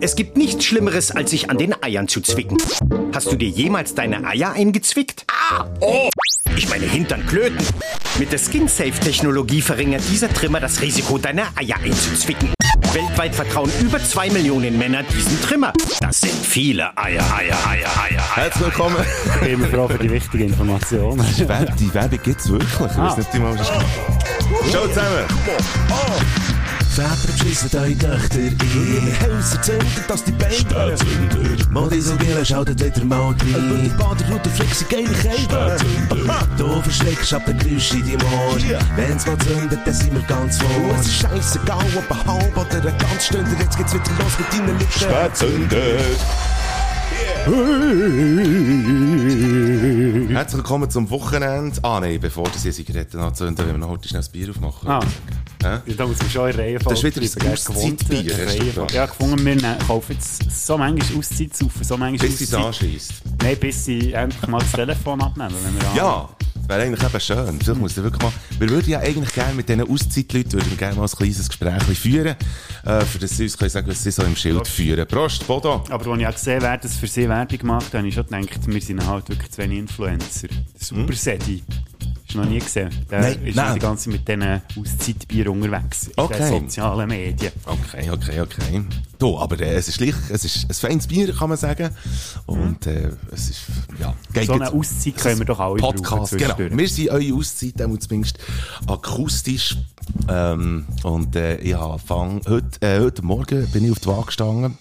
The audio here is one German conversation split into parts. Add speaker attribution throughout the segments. Speaker 1: Es gibt nichts Schlimmeres, als sich an den Eiern zu zwicken. Hast du dir jemals deine Eier eingezwickt? Ah! Oh! Ich meine Hintern klöten. Mit der SkinSafe-Technologie verringert dieser Trimmer das Risiko, deine Eier einzuzwicken. Weltweit vertrauen über zwei Millionen Männer diesen Trimmer. Das sind viele Eier, Eier, Eier, Eier. Eier.
Speaker 2: Herzlich willkommen.
Speaker 3: Bin immer froh für die wichtige Information.
Speaker 2: Die Werbe- Die Werbung gibt es wirklich. Ich weiss nicht, wie man das- Ciao zusammen.
Speaker 4: Väter beschissen eure Töchter in ihren Häusern zündet, dass die Beine Mal Dieselbiele schaltet wieder mal rein Und Bader und der Flixer geile Kälte Du verschreckst ab den Geräusch in deinem Ohr Wenn's mal zündet, dann sind wir ganz vor Es ist scheissegal, ob ein halb oder ein ganz Stunde Jetzt geht's wieder los mit deinen Lippen
Speaker 2: Spätzündet. Herzlich willkommen zum Wochenende. Ah nein, bevor das hier Zigaretten anzünden, wenn wir noch heute schnell ein Bier aufmachen.
Speaker 3: Ah.
Speaker 2: Hä?
Speaker 3: Da muss man schon in Reihenfolge.
Speaker 2: Das ist wieder ein
Speaker 3: treiben, gell?
Speaker 2: Auszeitbier,
Speaker 3: Gewohnte
Speaker 2: hast du
Speaker 3: Reihenfolge.
Speaker 2: gedacht.
Speaker 3: Ja, eh, gefunden, wir ne- kaufen jetzt so manchmal Auszeit saufen, so manchmal
Speaker 2: Bis sie es
Speaker 3: Auszeit-
Speaker 2: anschießt.
Speaker 3: Nein, bis sie endlich mal das Telefon abnehmen. Wenn wir an-
Speaker 2: Ja, das wäre eigentlich eben schön. Vielleicht muss ich wirklich mal, wir würden ja eigentlich gerne mit diesen Auszeitleuten würden wir gerne mal ein kleines Gespräch führen, äh, für das sie uns können sagen, was sie so im Schild führen. Prost, Bodo.
Speaker 3: Aber als ich auch gesehen habe, dass für sie Werbung gemacht habe, habe ich schon gedacht, wir sind halt wirklich zwei Influencer. Dus Der Super Sedi. Hast du noch nie gesehen? Der
Speaker 2: Nein,
Speaker 3: ist
Speaker 2: nein.
Speaker 3: die ganze eh, Zeit mit diesen Auszeitbier unterwegs. In
Speaker 2: Okay.
Speaker 3: den sozialen Medien.
Speaker 2: Okay, okay, okay. Du, aber äh, es ist schlicht, es ist ein feines Bier, kann man sagen. Und äh, es ist, ja, geht
Speaker 3: Mhm. So eine
Speaker 2: jetzt-
Speaker 3: Auszeit können wir doch alle brauchen
Speaker 2: Podcast, genau.
Speaker 3: zwischendurch.
Speaker 2: Wir sind eure Auszeit, einmal zumindest akustisch. Ähm, und äh, ich habe fang, heute, äh, heute Morgen bin ich auf die Waage gestanden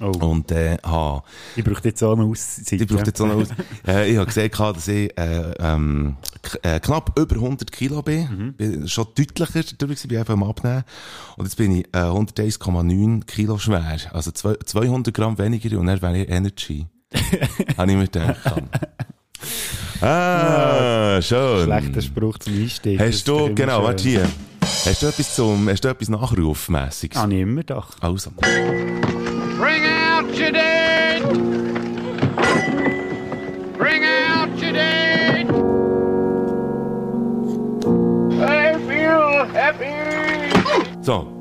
Speaker 3: Oh,
Speaker 2: und äh, habe
Speaker 3: ich brauche jetzt so eine Auszeit.
Speaker 2: Die braucht
Speaker 3: ja.
Speaker 2: jetzt so eine Aus äh, Ich habe gesehen, gehabt, dass ich äh, ähm, k- äh, knapp über 100 Kilo
Speaker 3: Mhm.
Speaker 2: bin. bin schon deutlicher drüber gewesen, bin einfach am Abnehmen. Und jetzt bin ich äh, 101,9 Kilo schwer. Also zwei, 200 Gramm weniger und dann wäre ich Energy. habe ich mir gedacht. ah, schön.
Speaker 3: Schlechter Spruch zum Einstieg. Das
Speaker 2: Hast
Speaker 3: ist doch
Speaker 2: du,
Speaker 3: immer
Speaker 2: genau,
Speaker 3: schön.
Speaker 2: warte hier. Hast du etwas zum, hast du etwas Nachrufmässiges?
Speaker 3: Habe Ah, ich immer doch.
Speaker 2: Also.
Speaker 5: Bring out your date! Bring out your date! I feel happy!
Speaker 2: So.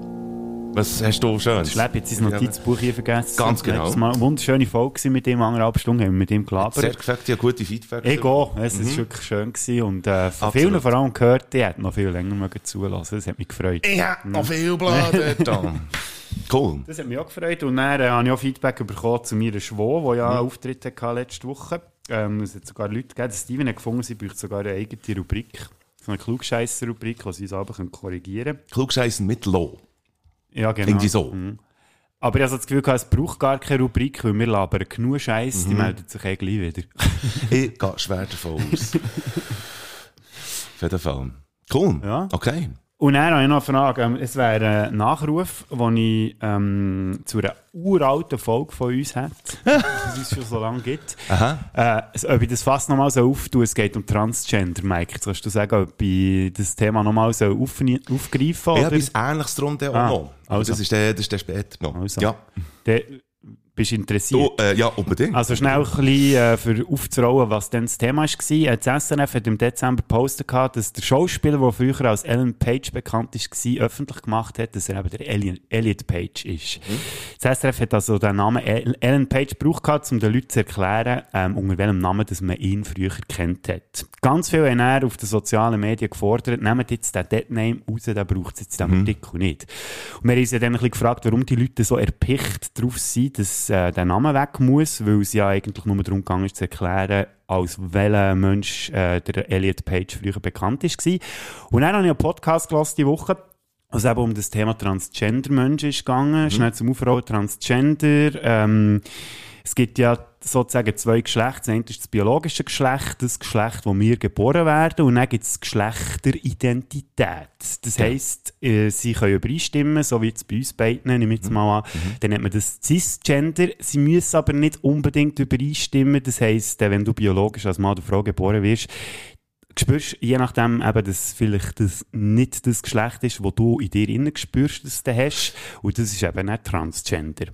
Speaker 2: Was hast du Schönes?
Speaker 3: Ich lebe jetzt sein Notizbuch hier vergessen.
Speaker 2: Ganz genau.
Speaker 3: Letztes Mal eine wunderschöne Folge gewesen mit dem, anderthalb Stunden haben wir mit ihm
Speaker 2: Sehr
Speaker 3: gelabert.
Speaker 2: gefällt, ja, gute Feedback.
Speaker 3: Ich auch. Es war
Speaker 2: Mhm.
Speaker 3: wirklich schön gewesen und äh, von
Speaker 2: Absolut.
Speaker 3: vielen vor allem gehört, die hätten noch viel länger mögen zulassen. Das hat mich gefreut.
Speaker 2: Ich hab noch viel
Speaker 3: eh,
Speaker 2: Bladen da. Cool.
Speaker 3: Das hat mich auch gefreut und dann äh, habe ich auch Feedback bekommen zu meiner Schwo, die
Speaker 2: Mhm.
Speaker 3: ja einen Auftritt hatte letzte Woche. Ähm, es hat sogar Leute gegeben, die Steven hat gefunden, sie bräuchte sogar eine eigene Rubrik. So eine Klugscheisser-Rubrik, die sie uns aber korrigieren können.
Speaker 2: Klugscheißen mit Low.
Speaker 3: Ja, Mhm. genau.
Speaker 2: Irgendwie so.
Speaker 3: Aber ich habe so das Gefühl, gehabt, es braucht gar keine Rubrik, weil wir labern genug Scheiß,
Speaker 2: Mhm.
Speaker 3: die melden sich eh gleich wieder.
Speaker 2: Ich gehe schwer davon aus. Auf jeden Fall. Cool.
Speaker 3: Ja. Oh,
Speaker 2: Okay.
Speaker 3: Und dann habe ich noch eine Frage. Ähm, Es wäre ein Nachruf, den ich ähm, zu einer uralten Folge von uns hätte, die es schon so lange gibt.
Speaker 2: Aha.
Speaker 3: Äh, also, ob ich das fast nochmal so auftue, es geht um Transgender, Mike. Jetzt kannst du sagen, ob ich das Thema nochmal so auf, aufgreifen
Speaker 2: Ich
Speaker 3: oder?
Speaker 2: habe etwas Ähnliches drunter
Speaker 3: Ah,
Speaker 2: auch noch.
Speaker 3: also.
Speaker 2: Das ist der, das ist der später noch.
Speaker 3: Also.
Speaker 2: Ja.
Speaker 3: Dann bist du interessiert.
Speaker 2: Du, äh, ja, unbedingt.
Speaker 3: Also schnell ein bisschen äh, für aufzurollen, was denn das Thema war. Äh, Das SNF hat im Dezember gepostet, gehabt, dass der Schauspieler, der früher als Alan Page bekannt war, öffentlich gemacht hat, dass er eben der Alien, Elliot Page ist. Das SNF hat also den Namen El- Alan Page gebraucht, gehabt, um den Leuten zu erklären, ähm, unter welchem Namen dass man ihn früher kennt hat. Ganz viel haben er auf den sozialen Medien gefordert, nehmt jetzt den Deadname raus, den braucht es jetzt in diesem Artikel nicht. Und wir haben uns ja dann ein bisschen gefragt, warum die Leute so erpicht darauf sind, dass äh, der Name weg muss, weil es ja eigentlich nur darum gegangen ist, zu erklären, als welcher Mensch äh, der Elliot Page früher bekannt war. Und dann habe ich einen Podcast gelassen diese Woche, was eben um das Thema Transgender-Mensch ist gegangen. Schnell zum Aufrollen, Transgender, ähm, es gibt ja sozusagen zwei Geschlechter. Das eine ist das biologische Geschlecht, das Geschlecht, wo wir geboren werden, und dann gibt es Geschlechteridentität. Das heisst, äh, sie können übereinstimmen, so wie es bei uns beiden, nehme ich jetzt mal an. Dann nennt man das Cisgender. Sie müssen aber nicht unbedingt übereinstimmen. Das heisst, äh, wenn du biologisch als Mann oder Frau geboren wirst, spürst, je nachdem eben, dass vielleicht das nicht das Geschlecht ist, wo du in dir innen spürst, dass du hast. Und das ist eben auch Transgender.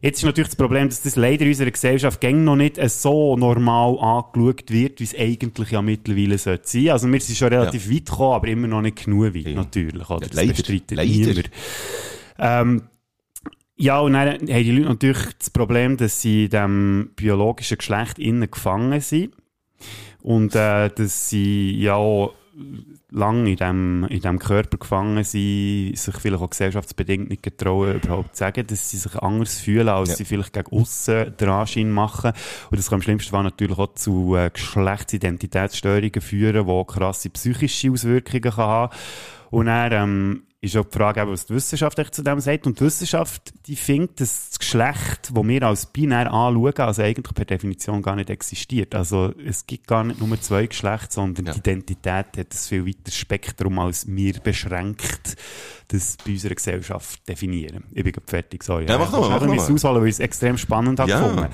Speaker 3: Jetzt ist natürlich das Problem, dass das leider in unserer Gesellschaft gäng noch nicht äh, so normal angeschaut wird, wie es eigentlich ja mittlerweile sollte sein. Also wir sind schon relativ weit gekommen, aber immer noch nicht genug weit, natürlich. Oder?
Speaker 2: leider,
Speaker 3: bestreitet
Speaker 2: leider.
Speaker 3: niemand. Ähm, Ja, und dann haben die Leute natürlich das Problem, dass sie in diesem biologischen Geschlecht innen gefangen sind. Und äh, dass sie ja auch lange in diesem in dem Körper gefangen sind, sich vielleicht auch gesellschaftsbedingt nicht getrauen, überhaupt zu sagen, dass sie sich anders fühlen, als
Speaker 2: Ja.
Speaker 3: sie vielleicht gegen aussen den Anschein machen. Und das kann im schlimmsten Fall natürlich auch zu äh, Geschlechtsidentitätsstörungen führen, die krasse psychische Auswirkungen kann haben Und dann ähm, ist auch die Frage, eben, was die Wissenschaft eigentlich zu dem sagt. Und die Wissenschaft die findet, dass das Geschlecht, das wir als binär anschauen, also eigentlich per Definition gar nicht existiert. Also es gibt gar nicht nur zwei Geschlechter, sondern
Speaker 2: Ja.
Speaker 3: die Identität hat ein viel weiteres Spektrum als wir beschränkt das bei unserer Gesellschaft definieren. Ich bin gerade fertig, sorry. Äh,
Speaker 2: Ja, mach
Speaker 3: Ich
Speaker 2: noch mal, mach
Speaker 3: muss schnell
Speaker 2: noch
Speaker 3: etwas
Speaker 2: mal.
Speaker 3: ausholen, weil ich es extrem spannend habe
Speaker 2: Ja.
Speaker 3: gefunden.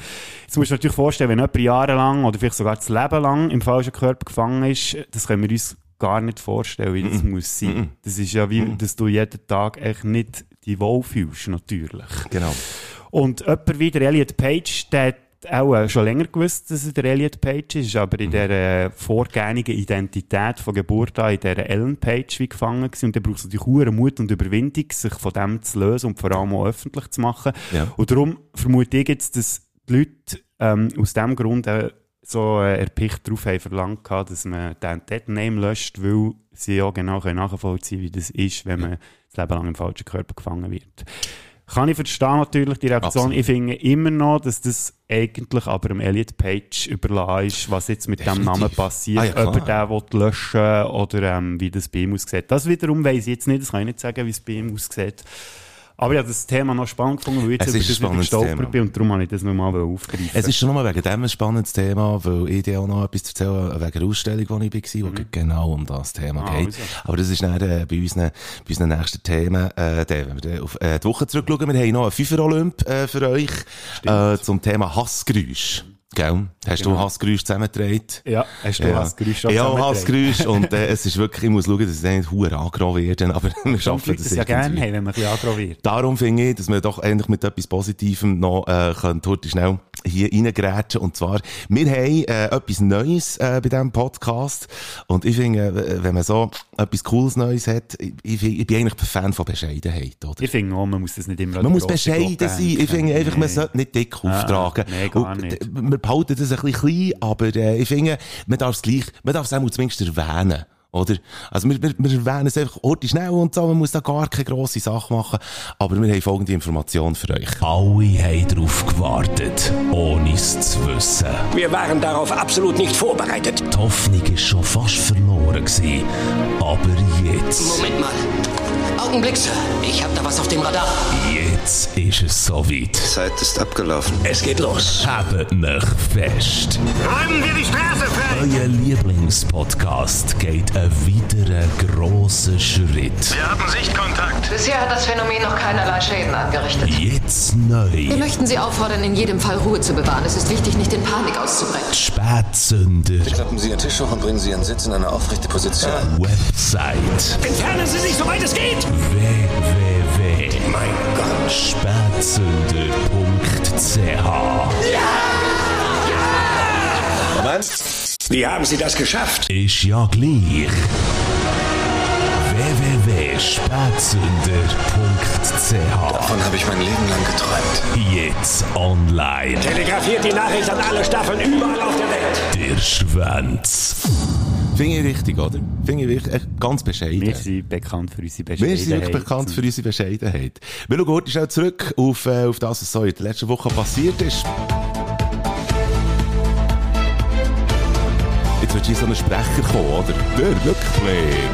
Speaker 3: Jetzt musst du dir natürlich vorstellen, wenn jemand jahrelang oder vielleicht sogar das Leben lang im falschen Körper gefangen ist, das können wir uns gar nicht vorstellen, wie das muss sein. Das ist ja wie, dass du jeden Tag echt nicht dich wohlfühlst, natürlich.
Speaker 2: Genau.
Speaker 3: Und jemand wie der Elliot Page, der hat auch äh, schon länger gewusst, dass er der Elliot Page ist, aber
Speaker 2: Mhm.
Speaker 3: in dieser vorgängigen Identität von Geburt an in dieser Ellen Page wie gefangen gewesen. Und da brauchst du natürlich hohen Mut und Überwindung, sich von dem zu lösen und vor allem auch öffentlich zu machen.
Speaker 2: Ja.
Speaker 3: Und darum vermute ich jetzt, dass die Leute ähm, aus dem Grund äh, so äh, erpicht darauf haben verlangt, gehabt, dass man den Dead Name löscht, weil sie ja genau können nachvollziehen können, wie das ist, wenn man das Leben lang im falschen Körper gefangen wird. Kann ich verstehen natürlich die Reaktion.
Speaker 2: Absolut.
Speaker 3: Ich finde immer noch, dass das eigentlich aber dem Elliot Page überlassen ist, was jetzt mit dem
Speaker 2: Definitiv.
Speaker 3: Namen passiert.
Speaker 2: Ah, ja, klar.
Speaker 3: Ob er den will löschen oder ähm, wie das bei ihm aussieht. Das wiederum weiss ich jetzt nicht, das kann ich nicht sagen, wie es bei ihm aussieht. Aber ich habe das Thema noch spannend gefunden, weil ich
Speaker 2: Es
Speaker 3: jetzt
Speaker 2: ist
Speaker 3: über
Speaker 2: ein
Speaker 3: das wieder
Speaker 2: spannendes
Speaker 3: gestolpert
Speaker 2: Thema.
Speaker 3: bin und darum habe ich das nochmal aufgreifen.
Speaker 2: Es ist schon mal wegen dem ein spannendes Thema, weil ich dir auch noch etwas zu erzählen wegen der Ausstellung, wo ich war, wo genau um das Thema
Speaker 3: Mhm. Ah,
Speaker 2: geht.
Speaker 3: also.
Speaker 2: Aber das ist dann, äh, bei, unseren, bei unseren nächsten Themen. Äh, dann, wenn wir dann auf äh, die Woche zurückschauen, wir haben noch einen Fünfer-Olymp äh, für euch äh, zum Thema Hassgeräusch. Gell? Hast du Hassgeräusch zusammengetragen?
Speaker 3: Genau. Ja, hast du das Geräusch
Speaker 2: Ja,
Speaker 3: abgemeldet?
Speaker 2: Hassgeräusch. und äh, es ist wirklich, ich muss schauen, dass es nicht hure angenommen wird, aber wir
Speaker 3: Die
Speaker 2: schaffen
Speaker 3: Leute
Speaker 2: das
Speaker 3: das ja gerne
Speaker 2: irgendwie.
Speaker 3: haben, wenn man ein bisschen aggro wird.
Speaker 2: Darum finde ich, dass wir doch endlich mit etwas Positivem noch äh, können, heute schnell hier reingrätschen. Und zwar, wir haben äh, etwas Neues äh, bei diesem Podcast. Und ich finde, äh, wenn man so etwas Cooles Neues hat, ich, ich, find- ich bin eigentlich ein Fan von Bescheidenheit, oder?
Speaker 3: Ich finde auch, man muss das nicht immer
Speaker 2: Man muss bescheiden sein. Ich finde einfach, man sollte nicht dick auftragen.
Speaker 3: nee, gar
Speaker 2: Und, äh,
Speaker 3: nicht.
Speaker 2: Wir behalten das ein bisschen klein, aber äh, ich finde, man darf es gleich, man darf es auch zumindest erwähnen. Oder? Also, wir, wir, wir erwähnen es einfach ordentlich schnell und so, man muss da gar keine grosse Sache machen. Aber wir haben folgende Information für euch.
Speaker 4: Alle haben darauf gewartet, ohne es zu wissen.
Speaker 1: Wir waren darauf absolut nicht vorbereitet.
Speaker 4: Die Hoffnung war schon fast verloren. Gewesen. Aber jetzt,
Speaker 6: Moment mal. Augenblick, Sir. Ich habe da was auf dem Radar.
Speaker 4: jetzt ist es soweit.
Speaker 7: Zeit ist abgelaufen.
Speaker 6: Es geht los.
Speaker 4: Habt mich fest. Haben wir die Straße frei. Euer Lieblingspodcast geht einen weiteren grossen Schritt.
Speaker 8: Wir hatten Sichtkontakt.
Speaker 9: Bisher hat das Phänomen noch keinerlei Schäden angerichtet.
Speaker 4: Jetzt neu.
Speaker 9: Wir möchten Sie auffordern, in jedem Fall Ruhe zu bewahren. Es ist wichtig, nicht in Panik auszubrechen.
Speaker 4: Spätzünder
Speaker 7: Klappen Sie Ihren Tisch hoch und bringen Sie Ihren Sitz in eine aufrechte Position.
Speaker 4: Website
Speaker 6: Entfernen Sie sich, soweit es geht!
Speaker 4: www.
Speaker 6: Mein Gott.
Speaker 4: Spätzünder.ch
Speaker 6: Wie haben Sie das geschafft?
Speaker 4: ist ja gleich. www.spätzünder.ch
Speaker 7: Davon habe ich mein Leben lang geträumt.
Speaker 4: Jetzt online.
Speaker 6: Telegrafiert die Nachricht an alle Staffeln überall auf der Welt.
Speaker 4: Der Schwanz.
Speaker 2: Finde ich richtig, oder? Finde ich wirklich, echt ganz bescheiden.
Speaker 3: Wir sind bekannt für unsere
Speaker 2: Wir
Speaker 3: Bescheidenheit.
Speaker 2: sind wirklich bekannt für unsere Bescheidenheit. Wir schauen heute schnell zurück auf, äh, auf das, was so in der letzten Woche passiert ist. Jetzt wird hier so ein Sprecher kommen, oder? Der Rückblick.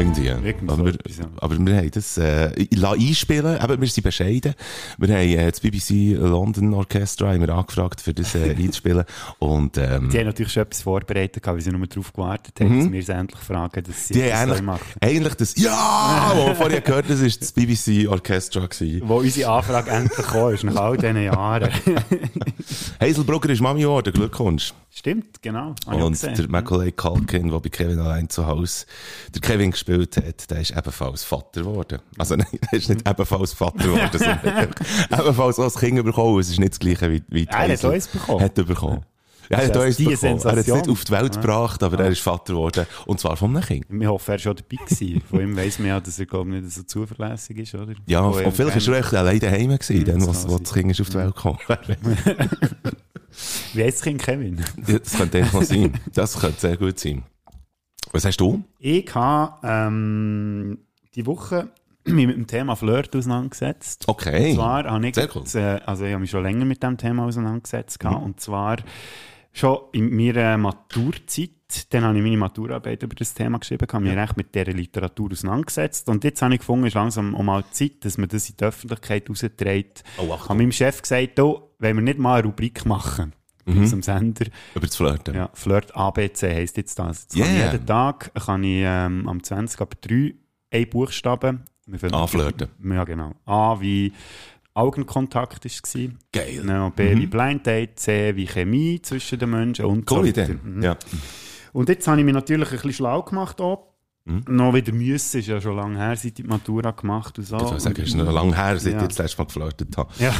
Speaker 2: Irgendwie.
Speaker 3: Irgendwie so
Speaker 2: aber, wir,
Speaker 3: etwas, ja.
Speaker 2: aber wir haben das äh, la- einspielen, aber wir sind bescheiden. Wir haben äh, das BBC London Orchestra haben wir angefragt, für das äh, einzuspielen. Und ähm,
Speaker 3: Sie haben natürlich schon etwas vorbereitet, gehabt, weil sie nur darauf gewartet haben, dass wir es endlich fragen, dass sie
Speaker 2: Mhm. die
Speaker 3: das
Speaker 2: haben
Speaker 3: so
Speaker 2: eigentlich,
Speaker 3: machen.
Speaker 2: eigentlich das «Ja!», wo wir vorher gehört haben, das war das BBC Orchestra. Gewesen.
Speaker 3: Wo unsere Anfrage endlich gekommen ist, nach all diesen Jahren.
Speaker 2: Hazelbrugger ist Mami geworden, Glückwunsch.
Speaker 3: Stimmt, genau. Habe ich auch
Speaker 2: Und
Speaker 3: gesehen.
Speaker 2: der Macaulay Culkin, der bei Kevin allein zu Hause der Kevin gespielt hat, der ist ebenfalls Vater geworden. Also nein, er ist
Speaker 3: Mhm.
Speaker 2: nicht ebenfalls Vater geworden, sondern er hat ebenfalls auch ein Kind bekommen. Es ist nicht das gleiche wie, wie die
Speaker 3: Er hat
Speaker 2: Hazel.
Speaker 3: auch eins bekommen.
Speaker 2: Hat bekommen. Ja,
Speaker 3: Das
Speaker 2: er hat auch eins
Speaker 3: ist die
Speaker 2: bekommen. Er hat es
Speaker 3: Sensation.
Speaker 2: nicht auf die Welt gebracht, aber er ist Vater geworden. Und zwar von einem Kind.
Speaker 3: Wir hoffen, er war schon dabei. Gewesen. Von ihm weiss man ja, dass er glaub, ich, nicht so zuverlässig ist, oder?
Speaker 2: Ja,
Speaker 3: Von ihm
Speaker 2: und vielleicht war
Speaker 3: kennt-
Speaker 2: er echt allein daheim, gewesen, dann,
Speaker 3: das
Speaker 2: als,
Speaker 3: kann
Speaker 2: als das Kind ist auf die Welt gekommen
Speaker 3: Wie heisst das Kind Kevin?
Speaker 2: Ja, Das könnte echt noch sein. Das könnte sehr gut sein. Was hast du?
Speaker 3: Ich habe ähm, die Woche mich mit dem Thema Flirt auseinandergesetzt.
Speaker 2: Okay.
Speaker 3: Und zwar habe ich,
Speaker 2: Sehr cool. Mhm.
Speaker 3: äh, also ich habe mich schon länger mit dem Thema auseinandergesetzt. gehabt. Und zwar schon in meiner Maturzeit, dann habe ich meine Maturarbeit über das Thema geschrieben, habe mich recht mit dieser Literatur auseinandergesetzt. Und jetzt habe ich gefunden, es ist langsam auch mal Zeit, dass man das in die Öffentlichkeit rausträgt.
Speaker 2: Oh,
Speaker 3: Ich
Speaker 2: Achtung.
Speaker 3: habe meinem Chef gesagt, oh, wenn wir nicht mal eine Rubrik machen bei
Speaker 2: Mhm.
Speaker 3: unserem Sender,
Speaker 2: Über das Flirten.
Speaker 3: ja, Flirt ABC heisst jetzt das. Jetzt kann
Speaker 2: Yeah.
Speaker 3: ich jeden Tag kann ich, ähm, am 20 ab 3 ein Buchstaben. Wir
Speaker 2: Ah,
Speaker 3: finden-
Speaker 2: Anflirten.
Speaker 3: Ja, genau. A wie Augenkontakt war.
Speaker 2: Geil. Mhm.
Speaker 3: Genau, B wie Blind Date, C wie Chemie zwischen den Menschen und so
Speaker 2: Coole
Speaker 3: weiter.
Speaker 2: Idee.
Speaker 3: Mhm.
Speaker 2: Ja.
Speaker 3: Und jetzt habe ich mich natürlich ein bisschen schlau gemacht. Auch.
Speaker 2: Mhm.
Speaker 3: Noch wieder müssen, ist ja schon lange her, seit ich die Matura gemacht und so.
Speaker 2: Ich würde sagen,
Speaker 3: Und-
Speaker 2: es ist noch lange her, seit
Speaker 3: Ja.
Speaker 2: ich das letzte Mal geflirtet habe.
Speaker 3: ja.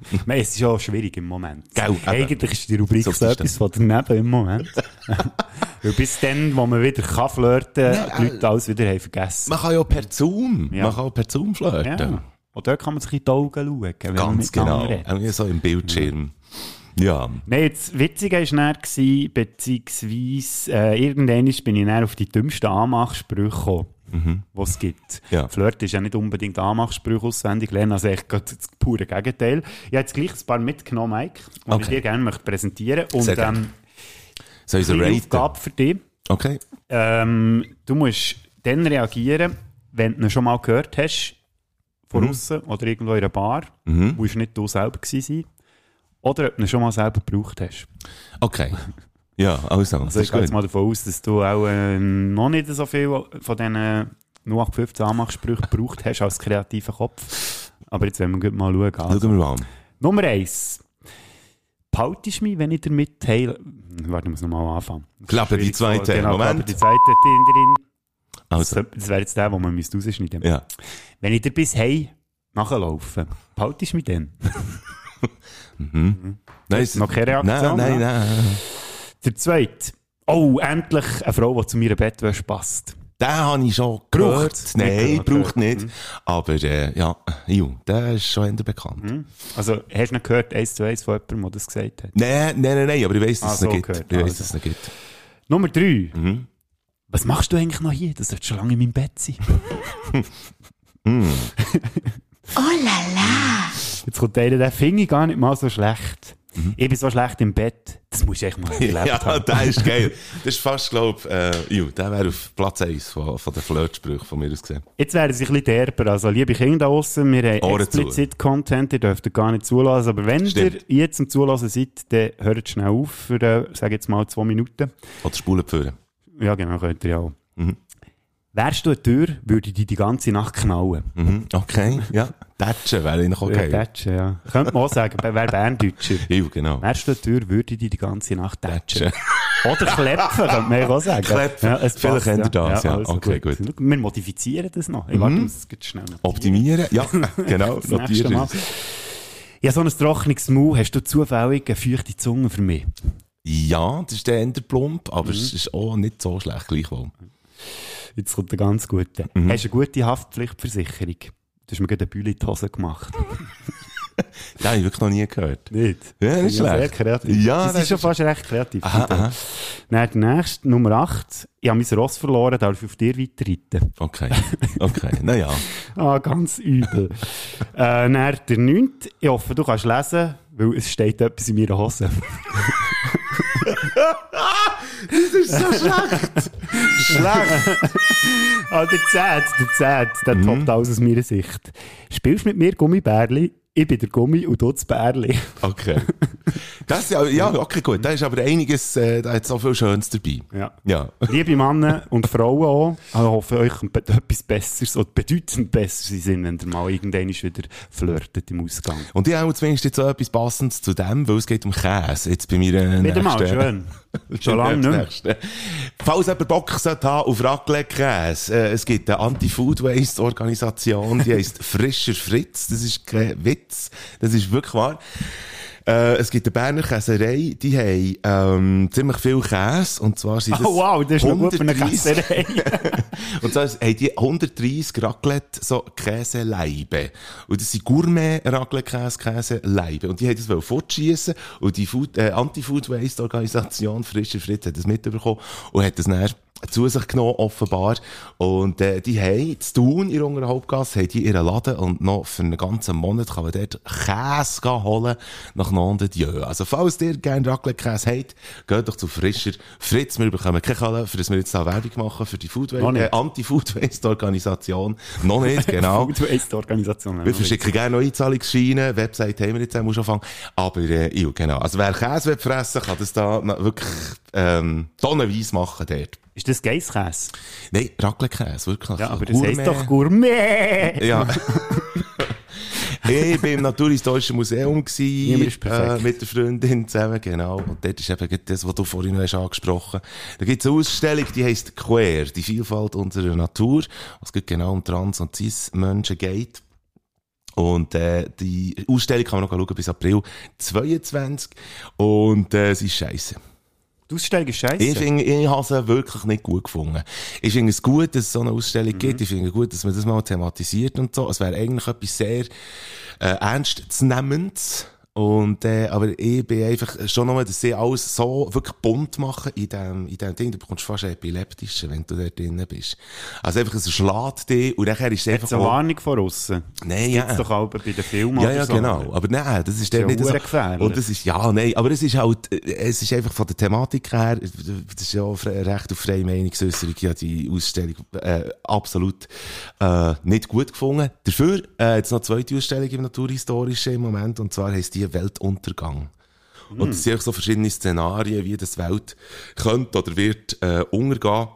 Speaker 3: Nein, es ist ja auch schwierig im Moment.
Speaker 2: Gell, eben.
Speaker 3: Eigentlich ist die Rubrik
Speaker 2: So
Speaker 3: so,
Speaker 2: ist das.
Speaker 3: etwas von daneben im Moment. Weil bis dann, wo man wieder kann flirten kann, die Leute alles wieder haben vergessen.
Speaker 2: Man kann ja per Zoom.
Speaker 3: Ja.
Speaker 2: Man kann auch per Zoom flirten.
Speaker 3: Ja. Und dort kann man sich in die Augen schauen. wenn man
Speaker 2: Ganz
Speaker 3: miteinander
Speaker 2: genau.
Speaker 3: redet.
Speaker 2: Irgendwie so im Bildschirm. Ja.
Speaker 3: Nein, jetzt Witzige war dann, gewesen, beziehungsweise äh, irgendwann bin ich dann auf die dümmsten Anmachsprüche gekommen, die es gibt.
Speaker 2: Mhm. Ja.
Speaker 3: Flirt ist ja nicht unbedingt Anmachsprüche auswendig lernen, also echt gerade das pure Gegenteil. Ich habe jetzt gleich ein paar mitgenommen, Mike, die ich
Speaker 2: Okay.
Speaker 3: dir gerne möchte präsentieren möchte. Und
Speaker 2: Sehr gerne.
Speaker 3: ähm,
Speaker 2: Soll ich so
Speaker 3: eine kleine
Speaker 2: raten?
Speaker 3: Aufgabe für dich.
Speaker 2: Okay.
Speaker 3: Ähm, du musst dann reagieren, wenn du ihn schon mal gehört hast, von
Speaker 2: Mhm.
Speaker 3: außen oder irgendwo in einer Bar, wo es nicht du selber gewesen sein oder ob du ihn schon mal selber gebraucht hast.
Speaker 2: Okay. Ja, also.
Speaker 3: Also ich gehe jetzt mal davon aus, dass du auch äh, noch nicht so viel von diesen 0815 Anmachsprüchen gebraucht hast als kreativer Kopf. Aber jetzt werden wir gleich mal schauen. Also,
Speaker 2: Schauen wir mal an.
Speaker 3: Nummer eins. Behaltest du mich, wenn ich dir mitteile... Warte, ich muss nochmal anfangen.
Speaker 2: Klappe die zweite.
Speaker 3: Genau, aber
Speaker 2: Moment.
Speaker 3: die zweite. Din, din, din. Das,
Speaker 2: Also.
Speaker 3: das wäre jetzt der, den man müsste rausschneiden
Speaker 2: Ja.
Speaker 3: Wenn ich dir bis hey nachlaufe, behaltest du mich dann?
Speaker 2: Nein, es-
Speaker 3: Noch keine
Speaker 2: Nein,
Speaker 3: Reaktion,
Speaker 2: nein,
Speaker 3: ne?
Speaker 2: nein.
Speaker 3: Der zweite. Oh, endlich eine Frau, die zu mir Bettwäsche passt.
Speaker 2: Den habe ich schon gehört.
Speaker 3: Braucht's
Speaker 2: Nein,
Speaker 3: nicht? Mhm.
Speaker 2: braucht nicht. Aber äh, ja, jo, der ist schon eher bekannt.
Speaker 3: Also, hast du nicht gehört, eins zu eins von jemandem, der das gesagt hat?
Speaker 2: Nein, nein, nein, nein, aber ich weiss, dass
Speaker 3: Ah,
Speaker 2: es ihn
Speaker 3: so
Speaker 2: gibt.
Speaker 3: gehört,
Speaker 2: Ich weiss,
Speaker 3: also.
Speaker 2: dass es ihn gibt.
Speaker 3: Nummer drei.
Speaker 2: Mhm.
Speaker 3: Was machst du eigentlich noch hier? Das sollte schon lange in meinem Bett sein.
Speaker 2: Mhm.
Speaker 3: Jetzt kommt einer, der finde ich gar nicht mal so schlecht. Ich bin so schlecht im Bett. Das musst du echt mal erlebt
Speaker 2: Mhm. Ja,
Speaker 3: haben.
Speaker 2: der ist geil. Das ist fast, glaube ich, äh, jo, der wäre auf Platz 1 von, von den Flirtsprüchen von mir aus gesehen.
Speaker 3: Jetzt werden sie ein bisschen derber. Also, liebe Kinder da draussen, wir haben
Speaker 2: Ohren zu.
Speaker 3: explizit Content, ihr dürft gar nicht zulassen. Aber wenn
Speaker 2: Stimmt.
Speaker 3: ihr jetzt am Zulassen seid, dann hört schnell auf für, äh, sage jetzt mal, zwei Minuten.
Speaker 2: Oder Spulen führen.
Speaker 3: Ja, genau, könnt ihr ja auch.
Speaker 2: Mhm.
Speaker 3: Wärst du eine Tür, würde ich dich die ganze Nacht knallen.
Speaker 2: Mhm. Okay, ja. Datschen wäre ich noch
Speaker 3: Okay.
Speaker 2: okay. Ja,
Speaker 3: Tätschen, Äh, ja. Könnte man auch sagen, wer Berndeutscher.
Speaker 2: genau.
Speaker 3: Wärst du eine Tür, würde ich dich die ganze Nacht tätschen.
Speaker 2: Tätschen.
Speaker 3: Oder klepfen, könnte man ja auch sagen.
Speaker 2: Klepfen.
Speaker 3: es
Speaker 2: Vielleicht
Speaker 3: passt,
Speaker 2: kennt ihr das, ja.
Speaker 3: also
Speaker 2: Okay, gut. Mhm.
Speaker 3: Wir modifizieren das noch. Ich warte, muss es jetzt schnell notieren.
Speaker 2: Optimieren? Ja, genau.
Speaker 3: Das nächste Mal.
Speaker 2: Notieren.
Speaker 3: Ja, so ein trockenes Maul, hast du zufällig eine feuchte Zunge für mich?
Speaker 2: Ja, das ist der Enderplump, aber
Speaker 3: Mhm.
Speaker 2: es ist auch nicht so schlecht gleichwohl.
Speaker 3: Jetzt kommt der ganz gute.
Speaker 2: Mhm.
Speaker 3: Hast du eine gute Haftpflichtversicherung? Du hast mir gerade eine Bühle in die Hose gemacht.
Speaker 2: Den habe ich wirklich noch nie gehört.
Speaker 3: Nicht?
Speaker 2: Ja, nicht
Speaker 3: Sind ja
Speaker 2: schlecht.
Speaker 3: Sehr kreativ.
Speaker 2: Ja,
Speaker 3: das
Speaker 2: das
Speaker 3: ist schon
Speaker 2: ist-
Speaker 3: fast recht kreativ.
Speaker 2: Aha, aha.
Speaker 3: Dann der nächste, Nummer 8. Ich habe mein Ross verloren, darf ich auf dir weiterreiten?
Speaker 2: Okay, okay, naja.
Speaker 3: Ah, ganz übel. äh, dann der 9. Ich hoffe, du kannst lesen, weil es steht etwas in meiner Hose.
Speaker 2: Schlecht! Mhm.
Speaker 3: ah, der 10. Der 10. Der toppt alles aus meiner Sicht. Spielst mit mir Gummibärli? Ich bin der Gummi und du das Bärli.
Speaker 2: Okay. Das ist ja, ja, okay, gut. Da ist aber einiges, äh, da hat so viel Schönes dabei.
Speaker 3: Ja.
Speaker 2: Ja.
Speaker 3: Liebe Männer und Frauen auch, ich hoffe, euch kommt etwas Besseres oder bedeutend Besseres sind, wenn ihr mal irgendwann wieder flirtet im Ausgang.
Speaker 2: Und ich habe zumindest jetzt auch etwas Passendes zu dem, weil es geht um Käse. Jetzt bei mir äh,
Speaker 3: Wieder mal,
Speaker 2: nächsten-
Speaker 3: schön. Schon lange nicht mehr.
Speaker 2: Nächsten. Falls jemand Bock sollte haben auf Raclette-Käse, äh, es gibt eine Anti-Food-Waste-Organisation, die heisst Frischer Fritz. Das ist kein Witz. Das ist wirklich wahr. Äh, es gibt eine Berner Käserei, die haben ähm, ziemlich viel Käse. Und zwar sind
Speaker 3: Oh wow, das ist noch gut für eine
Speaker 2: 130
Speaker 3: Kasserei.
Speaker 2: Und zwar haben die 130 Raclette, so Käseleibe. Und das sind Gourmet-Raclette-Käse, Käseleibe. Und die haben das wollen fortschiessen. Und die Food, äh, Anti-Food-Waste-Organisation Frischer Fritz hat das mitbekommen und hat das dann zu sich genommen, offenbar. Und, äh, die haben zu tun, in unserer Hauptgasse, haben die ihren Laden und noch für einen ganzen Monat kann man dort Käse gehen holen nach Nonde-Dieu. Also, falls ihr gerne Raclette-Käse habt, geht doch zu Frischer Fritz. Wir bekommen keine Kalle, für das wir jetzt da Werbung machen für die Food
Speaker 3: Noch
Speaker 2: Waste,
Speaker 3: nicht.
Speaker 2: äh, Anti-Food-Waste-Organisation. Noch nicht, genau. dus
Speaker 3: Food Waste Organisation.
Speaker 2: Wir verschicken gerne noch Einzahlungsscheine. eh, Website haben wir jetzt am Anfang. Aber, äh, ja, genau. Also, wer Käse will fressen, kann das da na- wirklich, ähm, tonnenweise machen dort.
Speaker 3: Ist das Geisskäse?
Speaker 2: Nein, Raclette-Käse, wirklich.
Speaker 3: Ja, aber das
Speaker 2: Gourmet.
Speaker 3: heisst doch Gourmet.
Speaker 2: Ja. ich war im Naturhistorischen Museum
Speaker 3: Niemand
Speaker 2: gewesen,
Speaker 3: ist perfekt.
Speaker 2: äh, mit der Freundin zusammen, genau. Und dort ist eben gerade das, was du vorhin noch hast angesprochen hast. Da gibt es eine Ausstellung, die heisst Queer, die Vielfalt unserer Natur. Es geht genau um Trans- und Cis-Menschen geht. Und äh, die Ausstellung kann man noch schauen bis April 22. Und äh, sie ist scheiße.
Speaker 3: Die Ausstellung ist
Speaker 2: Ich,
Speaker 3: scheiße.
Speaker 2: finde, ich habe sie wirklich nicht gut gefunden. Ich finde es gut, dass es so eine Ausstellung gibt. Ich finde es gut, dass man das mal thematisiert und so. Es wäre eigentlich etwas sehr äh, ernstzunehmendes. Und, äh, aber ich bin einfach schon nochmal, dass sie alles so wirklich bunt machen in dem, in dem Ding. Du bekommst fast einen epileptischen, wenn du da drinnen bist. Also einfach, es schlägt dich und nachher ist es
Speaker 3: Jetzt
Speaker 2: einfach...
Speaker 3: eine
Speaker 2: auch-
Speaker 3: Warnung von außen.
Speaker 2: Nein, ja.
Speaker 3: Doch auch bei den Filmen.
Speaker 2: Ja,
Speaker 3: oder
Speaker 2: ja,
Speaker 3: so.
Speaker 2: genau. Aber nein, das ist,
Speaker 3: ja
Speaker 2: der nicht so.
Speaker 3: hure gefährlich.
Speaker 2: Und das ist, ja, nein, aber es ist halt, äh, es ist einfach von der Thematik her, äh, das ist ja auch fre- Recht auf freie Meinungsäußerung, ja, die Ausstellung, äh, absolut, äh, nicht gut gefunden. Dafür, äh, jetzt noch eine zweite Ausstellung im Naturhistorischen im Moment, und zwar heisst die Weltuntergang.
Speaker 3: Hm.
Speaker 2: Und es sind auch so verschiedene Szenarien, wie das Welt könnte oder wird, äh, untergehen.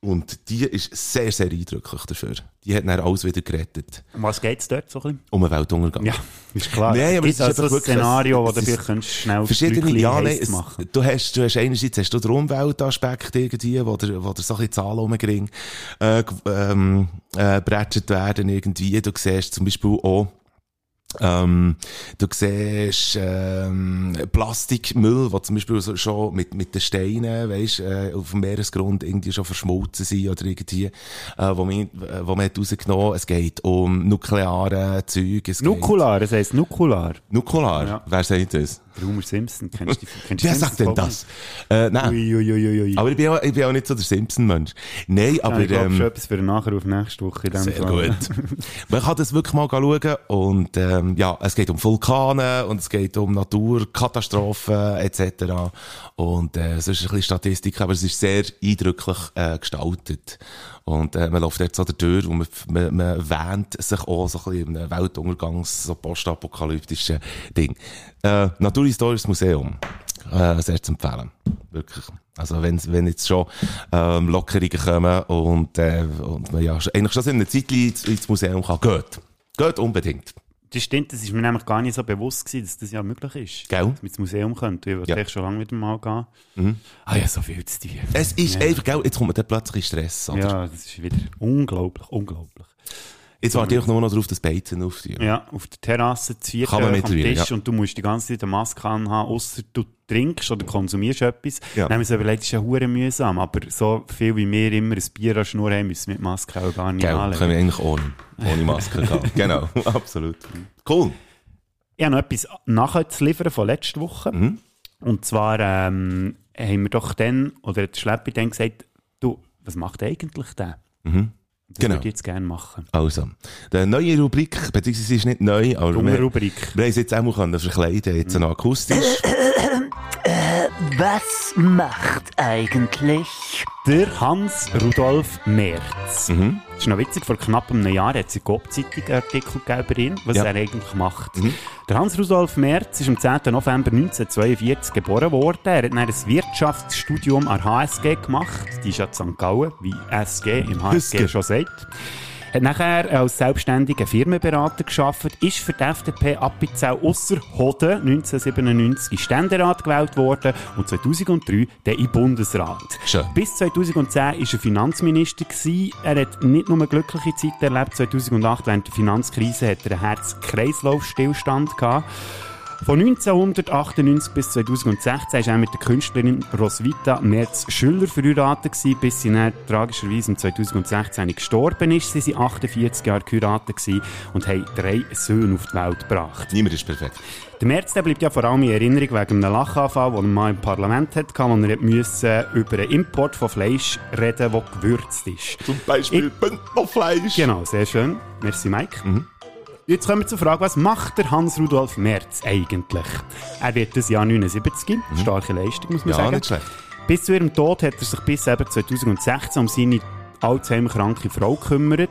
Speaker 2: Und die ist sehr, sehr eindrücklich dafür. Die hat dann alles wieder gerettet.
Speaker 3: Um was geht es dort so ein bisschen?
Speaker 2: Um einen Weltuntergang.
Speaker 3: Ja, ist klar.
Speaker 2: Nein, aber
Speaker 3: es gibt
Speaker 2: es ist
Speaker 3: also
Speaker 2: einfach
Speaker 3: ein
Speaker 2: wirklich-
Speaker 3: Szenario, wo
Speaker 2: es
Speaker 3: du
Speaker 2: ist-
Speaker 3: vielleicht kannst schnell
Speaker 2: verschiedene
Speaker 3: Glücklich
Speaker 2: ja, nein,
Speaker 3: heiß
Speaker 2: es,
Speaker 3: machen
Speaker 2: du hast du hast einerseits hast du den Umweltaspekt irgendwie wo der wo der so ein bisschen Zahlen rumgering äh, g- ähm, äh, bretschert werden irgendwie du siehst zum Beispiel auch ähm, du siehst ähm, Plastikmüll, der zum Beispiel so, schon mit, mit den Steinen weißt, äh, auf dem Meeresgrund irgendwie schon verschmolzen sind oder irgendwie, äh, wo, man, äh, wo man hat rausgenommen Es geht um nukleare Zeug. es geht-
Speaker 3: Nukular, das heisst Nukular.
Speaker 2: Nukular?
Speaker 3: Ja.
Speaker 2: Wer sagt das?
Speaker 3: Der Homer Simpson, kennst du die- kennst du
Speaker 2: Wer
Speaker 3: Simpsons
Speaker 2: sagt denn
Speaker 3: Folgen?
Speaker 2: das? Äh, nein.
Speaker 3: Uiuiuiui.
Speaker 2: Aber ich bin, auch, ich bin auch nicht so der Simpson-Mensch. Nein,
Speaker 3: Aber
Speaker 2: aber
Speaker 3: ich glaube, schon
Speaker 2: ähm,
Speaker 3: etwas für einen Nachruf nächste Woche in dem
Speaker 2: sehr
Speaker 3: Fall.
Speaker 2: gut. Man kann das wirklich mal schauen. Und ähm, ja, es geht um Vulkane und es geht um Naturkatastrophen etc. Und äh, es ist ein bisschen Statistik, aber es ist sehr eindrücklich äh, gestaltet. Und äh, man läuft jetzt so der Tür und man, man, man wähnt sich auch so ein bisschen in einem Weltuntergangs-, so postapokalyptischen Ding. Äh, Naturhistorisches Museum. Äh, sehr zu empfehlen. Wirklich. Also wenn, wenn jetzt schon ähm, Lockerungen kommen und, äh, und man ja schon- eigentlich schon in einer Zeit ins, ins Museum kann, geht. Geht unbedingt.
Speaker 3: Das stimmt, das ist mir nämlich gar nicht so bewusst gewesen, dass das ja möglich ist.
Speaker 2: Gell?
Speaker 3: Dass man ins Museum könnte. Ich würde
Speaker 2: Ja. Mhm.
Speaker 3: vielleicht schon lange wieder mal gehen. Ah ja, so viel zu tun.
Speaker 2: Es ist einfach, gell, jetzt kommt mir dann plötzlich Stress. Oder?
Speaker 3: Ja, das ist wieder unglaublich, unglaublich.
Speaker 2: Jetzt warte ich nur noch drauf, dass Beizen aufzunehmen.
Speaker 3: Ja, auf der Terrasse, zu viert
Speaker 2: Kann man
Speaker 3: am
Speaker 2: mittlerweile,
Speaker 3: Tisch
Speaker 2: ja.
Speaker 3: und du musst die ganze Zeit eine Maske anhaben, ausser du trinkst oder konsumierst etwas.
Speaker 2: Ja.
Speaker 3: Dann haben wir so überlegt, das ist ja hure mühsam, aber so viel wie wir immer ein Bier an der Schnur haben, müssen wir die Maske auch gar nicht
Speaker 2: Gell, können
Speaker 3: anlegen.
Speaker 2: wir eigentlich ohne, ohne Maske gehen. genau, absolut. Cool.
Speaker 3: Ich habe noch etwas nachzuliefern von letzter Woche. Und zwar ähm, haben wir doch dann, oder hat der Schleppi dann gesagt, du, was macht eigentlich der? Das
Speaker 2: Genau.
Speaker 3: würde ich jetzt gerne machen.
Speaker 2: Also, die neue Rubrik, beziehungsweise sie ist nicht neu, aber
Speaker 3: Dumme
Speaker 2: wir,
Speaker 3: Rubrik.
Speaker 2: wir haben sie jetzt auch mal können verkleiden, jetzt eine akustisch.
Speaker 8: Was macht eigentlich?
Speaker 3: Der Hans-Rudolf Merz. Das ist noch witzig, vor knapp einem Jahr hat es einen Coop-Zeitung-Artikel gegeben über ihn, was
Speaker 2: Ja.
Speaker 3: er eigentlich macht. Der Hans-Rudolf Merz ist am 10. November 1942 geboren worden. Er hat dann ein Wirtschaftsstudium an der HSG gemacht. Die ist ja in St. Gallen, wie SG im HSG
Speaker 2: Hüsker.
Speaker 3: schon sagt. Hat nachher als selbstständiger Firmenberater geschafft, ist für die FDP Appenzell Ausserhoden 1997 in Ständerat gewählt worden und 2003 dann in den Bundesrat.
Speaker 2: Schön.
Speaker 3: Bis 2010 war er Finanzminister. Gewesen. Er hat nicht nur glückliche Zeiten erlebt. 2008 während der Finanzkrise hat er einen Herz-Kreislauf-Stillstand gehabt. Von 1998 bis 2016 war er mit der Künstlerin Roswitha Merz-Schüller verheiratet, gewesen, bis sie dann tragischerweise im 2016 gestorben ist. Sie waren 48 Jahre geheiratet gewesen und haben drei Söhne auf die Welt gebracht.
Speaker 2: Niemand ist perfekt.
Speaker 3: Der Merz der bleibt ja vor allem in Erinnerung wegen einem Lachanfall, den er mal im Parlament hatte, wo er hat müssen äh, über einen Import von Fleisch reden das gewürzt ist.
Speaker 2: Zum Beispiel Bündnerfleisch.
Speaker 3: Genau, sehr schön. Merci, Mike.
Speaker 2: Mhm.
Speaker 3: Jetzt kommen wir zur Frage, was macht der Hans-Rudolf Merz eigentlich? Er wird das Jahr 79, starke Leistung, muss man
Speaker 2: Mhm. Ja,
Speaker 3: sagen.
Speaker 2: nicht schlecht.
Speaker 3: Bis zu ihrem Tod hat er sich bis eben 2016 um seine Alzheimer-kranke Frau gekümmert.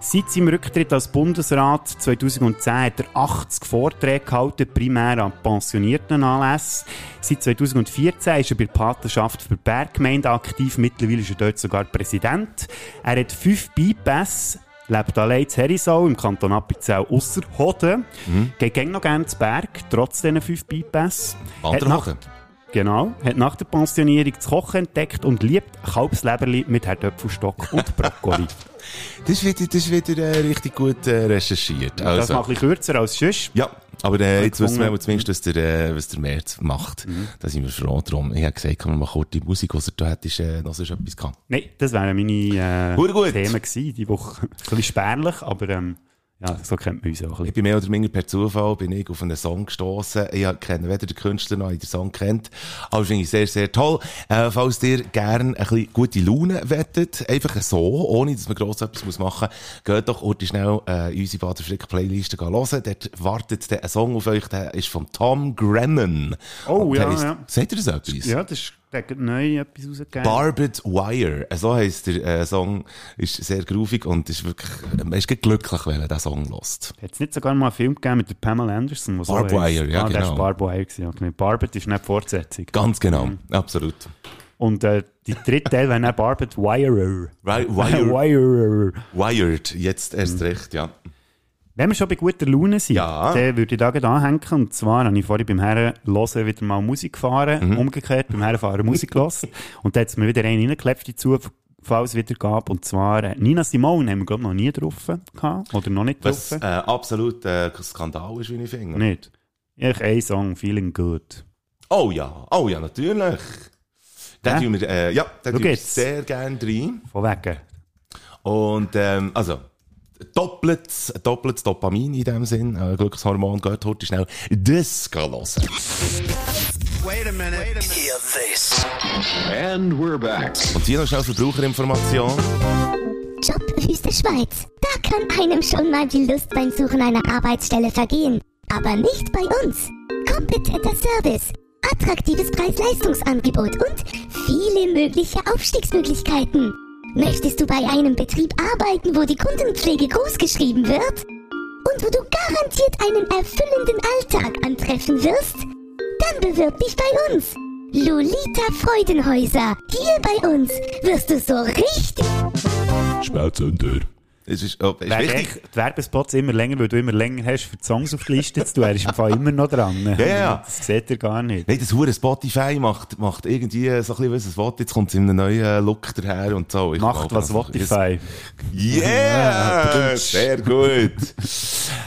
Speaker 3: Seit seinem Rücktritt als Bundesrat 2010 hat er 80 Vorträge gehalten, primär an pensionierten Anlässen. Seit 2014 ist er bei der Patenschaft für die Berggemeinde aktiv, mittlerweile ist er dort sogar Präsident. Er hat fünf Bypässe, lebt allein in Herisau im Kanton Appenzell ausser Hoden, geht gerne noch gerne zu Berg, trotz diesen fünf Bypässe.
Speaker 2: Wanderhochen.
Speaker 3: Genau, hat nach der Pensionierung das Kochen entdeckt und liebt Kalbsleberli mit Herdöpfelstock und Brokkoli.
Speaker 2: Das ist wieder, das ist wieder äh, richtig gut äh, recherchiert. Also.
Speaker 3: Das mal ein bisschen kürzer als sonst.
Speaker 2: Ja, aber äh, jetzt wissen wir
Speaker 3: gefunden. Mhm.
Speaker 2: aber zumindest, was der, äh, was der März macht. Da sind wir froh drum. Ich habe gesagt, kann man mal kurz die Musik, außer du hättest äh, noch sonst etwas gehabt.
Speaker 3: Nein, das wären meine äh,
Speaker 2: Hure gut.
Speaker 3: Themen gewesen, die Woche. Ein bisschen spärlich, aber ähm, ja, so kennt man uns auch ein
Speaker 2: Ich
Speaker 3: bisschen.
Speaker 2: bin mehr oder weniger per Zufall bin ich auf einen Song gestoßen. Ich kenne weder den Künstler noch den Song kennt. Aber das finde ich sehr, sehr toll. Äh, falls ihr gerne ein bisschen gute Laune wettet, einfach so, ohne dass man gross etwas muss machen muss, geht doch heute schnell äh, in unsere Baderfrick-Playliste hören. Dort wartet dann ein Song auf euch, der ist von Tom Grennan.
Speaker 3: Oh,
Speaker 2: Und der
Speaker 3: ja,
Speaker 2: heisst-
Speaker 3: ja.
Speaker 2: Sagt ihr das etwas?
Speaker 3: Ja, das ist der hat neu etwas rausgegeben.
Speaker 2: Barbed Wire, äh, so heisst der äh, Song, ist sehr groovig und ist wirklich, äh, man ist gleich glücklich, wenn man diesen Song hört.
Speaker 3: Hat es nicht sogar mal einen Film gegeben mit der Pamela Anderson? was so
Speaker 2: Barb
Speaker 3: heisst?
Speaker 2: Wire, ja,
Speaker 3: ah,
Speaker 2: genau.
Speaker 3: Der war Barbed Wire, gewesen, ja, genau. Barbed ist nicht die Fortsetzung.
Speaker 2: Ganz genau,
Speaker 3: Mhm.
Speaker 2: absolut.
Speaker 3: Und äh, die dritte Teil wäre dann Barbed Wirer.
Speaker 2: Wi- Wire,
Speaker 3: Wirer.
Speaker 2: wired, jetzt
Speaker 3: Mm.
Speaker 2: erst recht, ja.
Speaker 3: Wenn wir schon bei guter Laune sind,
Speaker 2: Ja.
Speaker 3: dann würde ich da gerade anhängen. Und zwar habe ich vorhin beim Herren hören wieder mal Musik gefahren, umgekehrt beim Herrenfahren Musik gelassen. Und da hat es mir wieder einen reingeklebt, die Zufalls wieder gab. Und zwar äh, Nina Simone haben wir glaube noch nie drauf gehabt. Oder noch nicht
Speaker 2: Was
Speaker 3: drauf.
Speaker 2: äh, absolut äh, Skandal ist, wie ich finde.
Speaker 3: Nicht. Ich ein Song, Feeling Good.
Speaker 2: Oh ja, oh ja, natürlich. Da
Speaker 3: Hä?
Speaker 2: tun wir, äh, ja, da
Speaker 3: Schau
Speaker 2: tun wir
Speaker 3: jetzt.
Speaker 2: sehr gerne rein.
Speaker 3: Von wegen.
Speaker 2: Und ähm, also, doppeltes, doppeltes Dopamin in dem Sinn, äh, Glückshormon, geht heute schnell Disco hören.
Speaker 7: And we're back.
Speaker 2: Und hier noch schnell Verbraucherinformation.
Speaker 10: Jobwüste Schweiz. Da kann einem schon mal die Lust beim Suchen einer Arbeitsstelle vergehen. Aber nicht bei uns. Kompetenter Service, attraktives Preis-Leistungsangebot und viele mögliche Aufstiegsmöglichkeiten. Möchtest du bei einem Betrieb arbeiten, wo die Kundenpflege großgeschrieben wird? Und wo du garantiert einen erfüllenden Alltag antreffen wirst? Dann bewirb dich bei uns. Lolita Freudenhäuser. Hier bei uns wirst du so richtig
Speaker 2: Spätsünder. Es ist, oh, ist
Speaker 3: Wer
Speaker 2: wichtig.
Speaker 3: denkt, Die Werbespots immer länger, weil du immer länger hast, für die Songs auf die Liste zu tun. Er ist im Fall immer noch dran.
Speaker 2: Ja, ja.
Speaker 3: Das seht ihr gar nicht.
Speaker 2: Nein, das hure Spotify macht, macht irgendwie so ein bisschen, was es will. Jetzt kommt es in einem neuen äh, Look daher und so. Ich
Speaker 3: Macht
Speaker 2: glaube,
Speaker 3: was
Speaker 2: also,
Speaker 3: Spotify.
Speaker 2: Yeah! Sehr gut.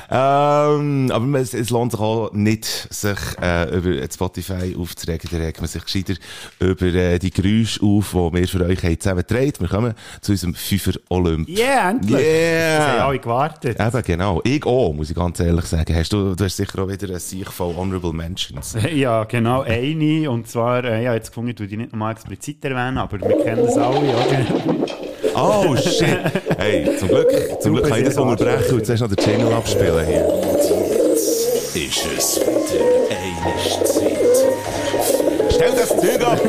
Speaker 2: ähm, aber es, es lohnt sich auch nicht, sich äh, über das Spotify aufzuregen. Da regt man sich gescheiter über äh, die Geräusche auf, die wir für euch haben zusammengetragen. Wir kommen zu unserem Fünfer Olymp.
Speaker 3: Yeah, endlich. Das haben
Speaker 2: Yeah!
Speaker 3: alle gewartet.
Speaker 2: Eben, genau. Ich auch, muss ich ganz ehrlich sagen. Hast du, du hast sicher auch wieder ein Sieg von Honorable Mentions.
Speaker 3: Ja, genau, eine. Und zwar, äh, ja, jetzt gefunden, ich tu die nicht nochmal explizit erwähnen, aber wir kennen das alle, oder?
Speaker 2: Oh shit! Hey, zum Glück, zum Glück kann ich das unterbrechen und zuerst noch den Jingle abspielen hier. Jetzt ist es wieder eine Zeit. Stell das Zeug ab!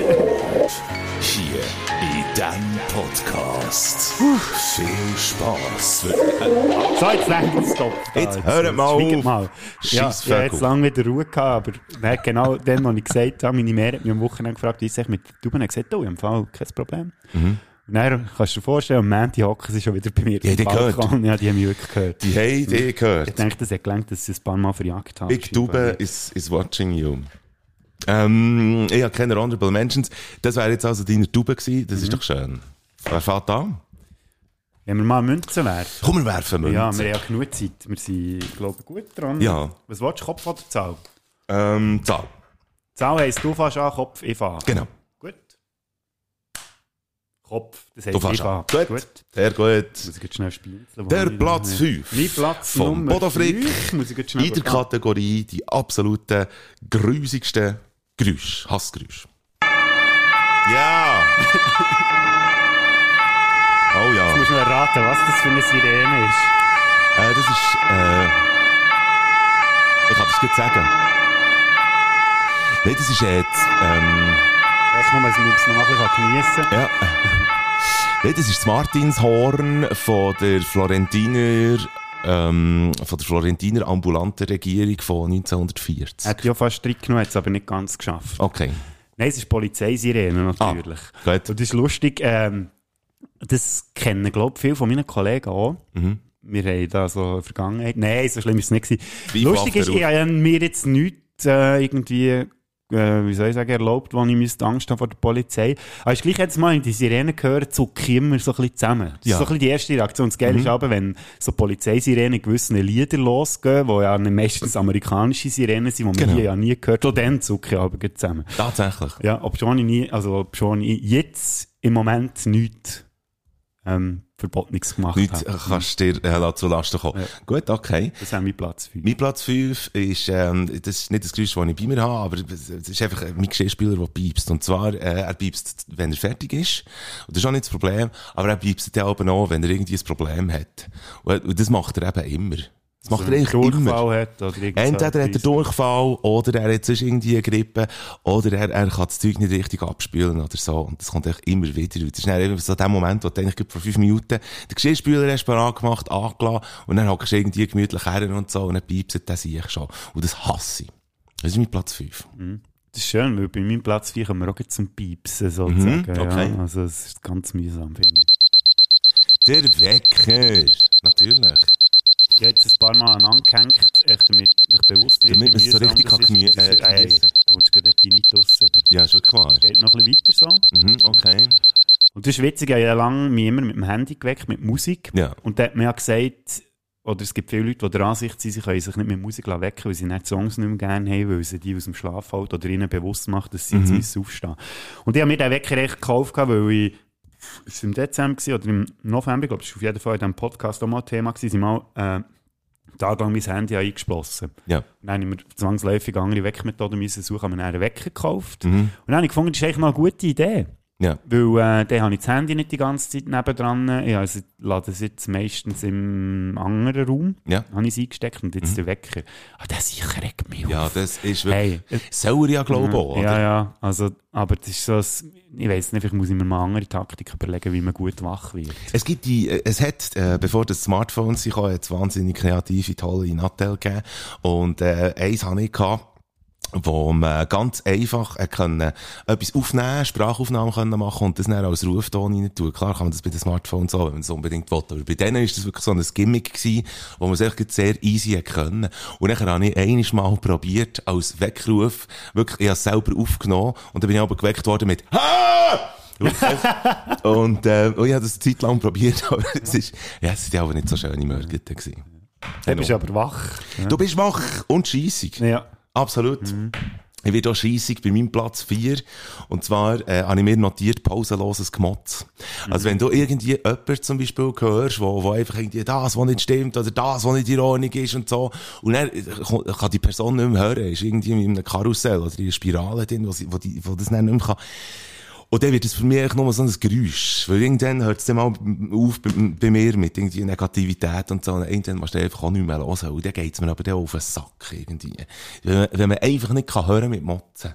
Speaker 2: Hier in diesem Podcast. Viel Spaß.
Speaker 3: So, jetzt lenkt es stopp. Da,
Speaker 2: Jetzt hört mal auf.
Speaker 3: schweigt mal. Ja, ich
Speaker 2: Scheissvögel.
Speaker 3: habe jetzt lange wieder Ruhe gehabt, aber ja, genau dem, was ich gesagt habe, meine Mehr hat mich am Wochenende gefragt, wie es sich mit den Tauben hat gesagt, oh, im Fall kein Problem.
Speaker 2: Mhm.
Speaker 3: Und dann kannst du dir vorstellen, am Montag hocken sie schon wieder bei mir.
Speaker 2: Die haben
Speaker 3: auf dem
Speaker 2: dich gehört.
Speaker 3: Balkon. Ja, die haben mich wirklich gehört.
Speaker 2: Die haben dich
Speaker 3: Ich
Speaker 2: gehört.
Speaker 3: denke, das hat gelangt, dass sie es ein paar Mal verjagt haben.
Speaker 2: Big Dube is, is watching you. Ähm, ich habe keine Honorable Mentions. Das wäre jetzt also deine Tube gewesen. Das ist doch schön. Wer fährt an?
Speaker 3: Wenn wir mal Münzen wären.
Speaker 2: Komm, wir werfen Münzen.
Speaker 3: Ja, wir haben ja genug Zeit. Wir sind, glaube ich, gut dran.
Speaker 2: Ja.
Speaker 3: Was willst du, Kopf oder Zahl?
Speaker 2: Ähm, Zahl.
Speaker 3: Zahl heisst, du fährst an, Kopf, ich fahre.
Speaker 2: Genau.
Speaker 3: Gut. Kopf, das
Speaker 2: Du
Speaker 3: heisst, ich
Speaker 2: fährst
Speaker 3: fahre.
Speaker 2: an. Gut. Sehr gut.
Speaker 3: Muss ich jetzt schnell spielen.
Speaker 2: Der Platz fünf
Speaker 3: Mein Platz
Speaker 2: von
Speaker 3: Nummer
Speaker 2: Bodo Frick.
Speaker 3: fünf. Muss ich jetzt schnell
Speaker 2: In der Kategorie die absoluten grusigsten Geräusche. Hassgeräusche. Ja! Oh ja.
Speaker 3: Du musst noch erraten, was das für eine Sirene ist.
Speaker 2: Äh, das ist. Äh, ich kann das gut sagen. Nein, das ist jetzt. Ähm,
Speaker 3: Erst mal, dass ich es noch ein bisschen geniessen kann.
Speaker 2: ja. Nein, das ist das Martinshorn von der Florentiner. Ähm, von der Florentiner ambulanten Regierung von 1940.
Speaker 3: Hätte ich auch fast drin genommen, hat es aber nicht ganz geschafft.
Speaker 2: Okay.
Speaker 3: Nein, es ist Polizeisirene natürlich.
Speaker 2: Ah, gut.
Speaker 3: Und das ist lustig, ähm, das kennen, glaube ich, viele von meinen Kollegen auch.
Speaker 2: Mhm.
Speaker 3: Wir haben da so eine Vergangenheit. Nein, so schlimm ist es nicht. gewesen.
Speaker 2: Wie
Speaker 3: lustig
Speaker 2: Waffen
Speaker 3: ist, ich habe mir jetzt nichts äh, irgendwie, äh, wie soll ich sagen, erlaubt, wo ich müsste Angst habe vor der Polizei. Aber ich gleich jetzt mal in die Sirene gehört, zucke ich immer so ein bisschen zusammen. Das
Speaker 2: Ja. Mhm.
Speaker 3: ist so ein bisschen die erste Reaktion. Das Geile ist aber, wenn so Polizeisirenen gewisse Lieder losgehen, die ja meistens amerikanische Sirenen sind, die man
Speaker 2: Genau.
Speaker 3: hier ja nie gehört, schon dann zucke ich aber gleich zusammen.
Speaker 2: Tatsächlich.
Speaker 3: Ja, ob schon ich nie, also ob schon ich jetzt im Moment nichts ähm, Verbotenes gemacht
Speaker 2: Nicht
Speaker 3: habe.
Speaker 2: kannst du dir äh, zu Lasten kommen. Gut, okay.
Speaker 3: Das haben wir Platz für.
Speaker 2: Mein Platz 5 ist, ähm, das ist nicht das Geräusch, das ich bei mir habe, aber es es ist einfach mein Geschirrspüler, der piepst. Und zwar, äh, er piepst, wenn er fertig ist. Und das ist auch nicht das Problem, aber er piepst ja auch noch, wenn er irgendwie ein Problem hat. Und, und das macht er eben immer. Das macht er eigentlich immer.
Speaker 3: Durchfall hat oder irgendwas.
Speaker 2: Entweder hat er Durchfall, oder er hat sonst irgendwie eine Grippe, oder eh, er, er kann das Zeug nicht richtig abspülen oder so. Und das kommt echt immer wieder. Und Das ist dann eben so der Moment, wo du eigentlich gerade vor fünf Minuten den Geschirrspüler hast parat gemacht, angelassen, und dann hockst du irgendwie gemütlich her und so, und dann piepst, das sehe ich schon. Und das hasse ich. Das ist mein Platz 5.
Speaker 3: Das ist schön, weil bei meinem Platz 4 kommen wir auch gleich zum Piepsen sozusagen.
Speaker 2: Mhm, okay.
Speaker 3: ja. Also es ist ganz mühsam, finde ich.
Speaker 2: Der Wecker. Natürlich.
Speaker 3: Ich habe jetzt ein paar Mal angehängt, echt damit mich bewusst wird,
Speaker 2: Damit man es so richtig kann gemü-
Speaker 3: Äh,
Speaker 2: äh,
Speaker 3: äh,
Speaker 2: geniessen.
Speaker 3: da kommst du gerade nicht raus. Aber
Speaker 2: Ja, ist wirklich wahr.
Speaker 3: geht noch ein bisschen weiter so.
Speaker 2: Mhm, okay.
Speaker 3: Und das ist witzig, ich habe ja lange mich immer mit dem Handy geweckt, mit Musik.
Speaker 2: Ja.
Speaker 3: Und da hat man ja gesagt, oder es gibt viele Leute, die der Ansicht sind, sie können sich nicht mit Musik lassen wecken, weil sie nicht die Songs nicht mehr gerne haben, weil sie die aus dem Schlaf halten oder ihnen bewusst macht, dass sie jetzt müssen aufstehen Und ich habe mir den Wecker echt gekauft, gehabt, weil ich, es war im Dezember gewesen, oder im November, ich glaube ich, auf jeden Fall in diesem Podcast auch mal Thema gewesen, sind mal, äh, da lang mein Handy habe eingeschlossen.
Speaker 2: Ja.
Speaker 3: Dann haben wir zwangsläufig andere Weckmethoden müssen suchen, haben mir dann einen Wecker gekauft. Und dann habe ich gefunden, das ist eigentlich mal eine gute Idee.
Speaker 2: Ja.
Speaker 3: Weil äh, dann habe ich das Handy nicht die ganze Zeit nebendran. Ich also, lade es jetzt meistens im anderen Raum.
Speaker 2: Ja.
Speaker 3: Habe ich es eingesteckt und jetzt der Wecker. Ah, das sicher regt mich
Speaker 2: Mhm. Ja,
Speaker 3: auf.
Speaker 2: das ist
Speaker 3: Hey.
Speaker 2: wirklich. Sauer ja, glaube ich, auch, oder?
Speaker 3: Ja, ja. Also, aber das ist so, ein, ich weiß nicht, vielleicht muss ich mir mal andere Taktik überlegen, wie man gut wach wird.
Speaker 2: Es gibt die, äh, es hat, äh, bevor das Smartphone sich kam, hat es wahnsinnig kreative, tolle Nattel gegeben. Und, äh, eins hatte ich gehabt, wo man ganz einfach äh, können, etwas aufnehmen, Sprachaufnahmen können machen und das dann als Rufton rein tun. Klar kann man das bei den Smartphones auch, wenn man es unbedingt will. Aber bei denen ist das wirklich so ein Gimmick gewesen, wo man es echt sehr easy hat können. Und dann habe ich einiges Mal probiert, als Weckruf, wirklich, ich habe es selber aufgenommen und dann bin ich aber geweckt worden mit «Ha!» Und äh, oh, ich habe das eine Zeit lang probiert, aber es ist, ja, es sind ja aber nicht so schöne Morgen gewesen.
Speaker 3: Dann bist du
Speaker 2: genau.
Speaker 3: aber wach.
Speaker 2: Du bist wach und scheissig.
Speaker 3: Ja.
Speaker 2: Absolut. Ich werde auch scheissig bei meinem Platz 4. Und zwar äh, habe ich mir notiert, pausenloses Gemotz. Also wenn du irgendwie jemanden zum Beispiel hörst, wo, wo einfach irgendwie das, was nicht stimmt, oder das, was nicht in Ordnung ist und so, und dann äh, ko- kann die Person nicht mehr hören, ist irgendwie in einem Karussell oder in einer Spirale drin, wo, sie, wo, die, wo das dann nicht mehr kann. Und dann wird es für mich eigentlich nur so ein Geräusch. Weil irgendwann hört es dann mal auf bei, bei mir mit irgendwie Negativität und so. Und irgendwann musst du einfach auch nicht mehr hören. Und dann geht es mir aber dann auf den Sack irgendwie. Wenn man, wenn man einfach nicht kann hören mit Motzen.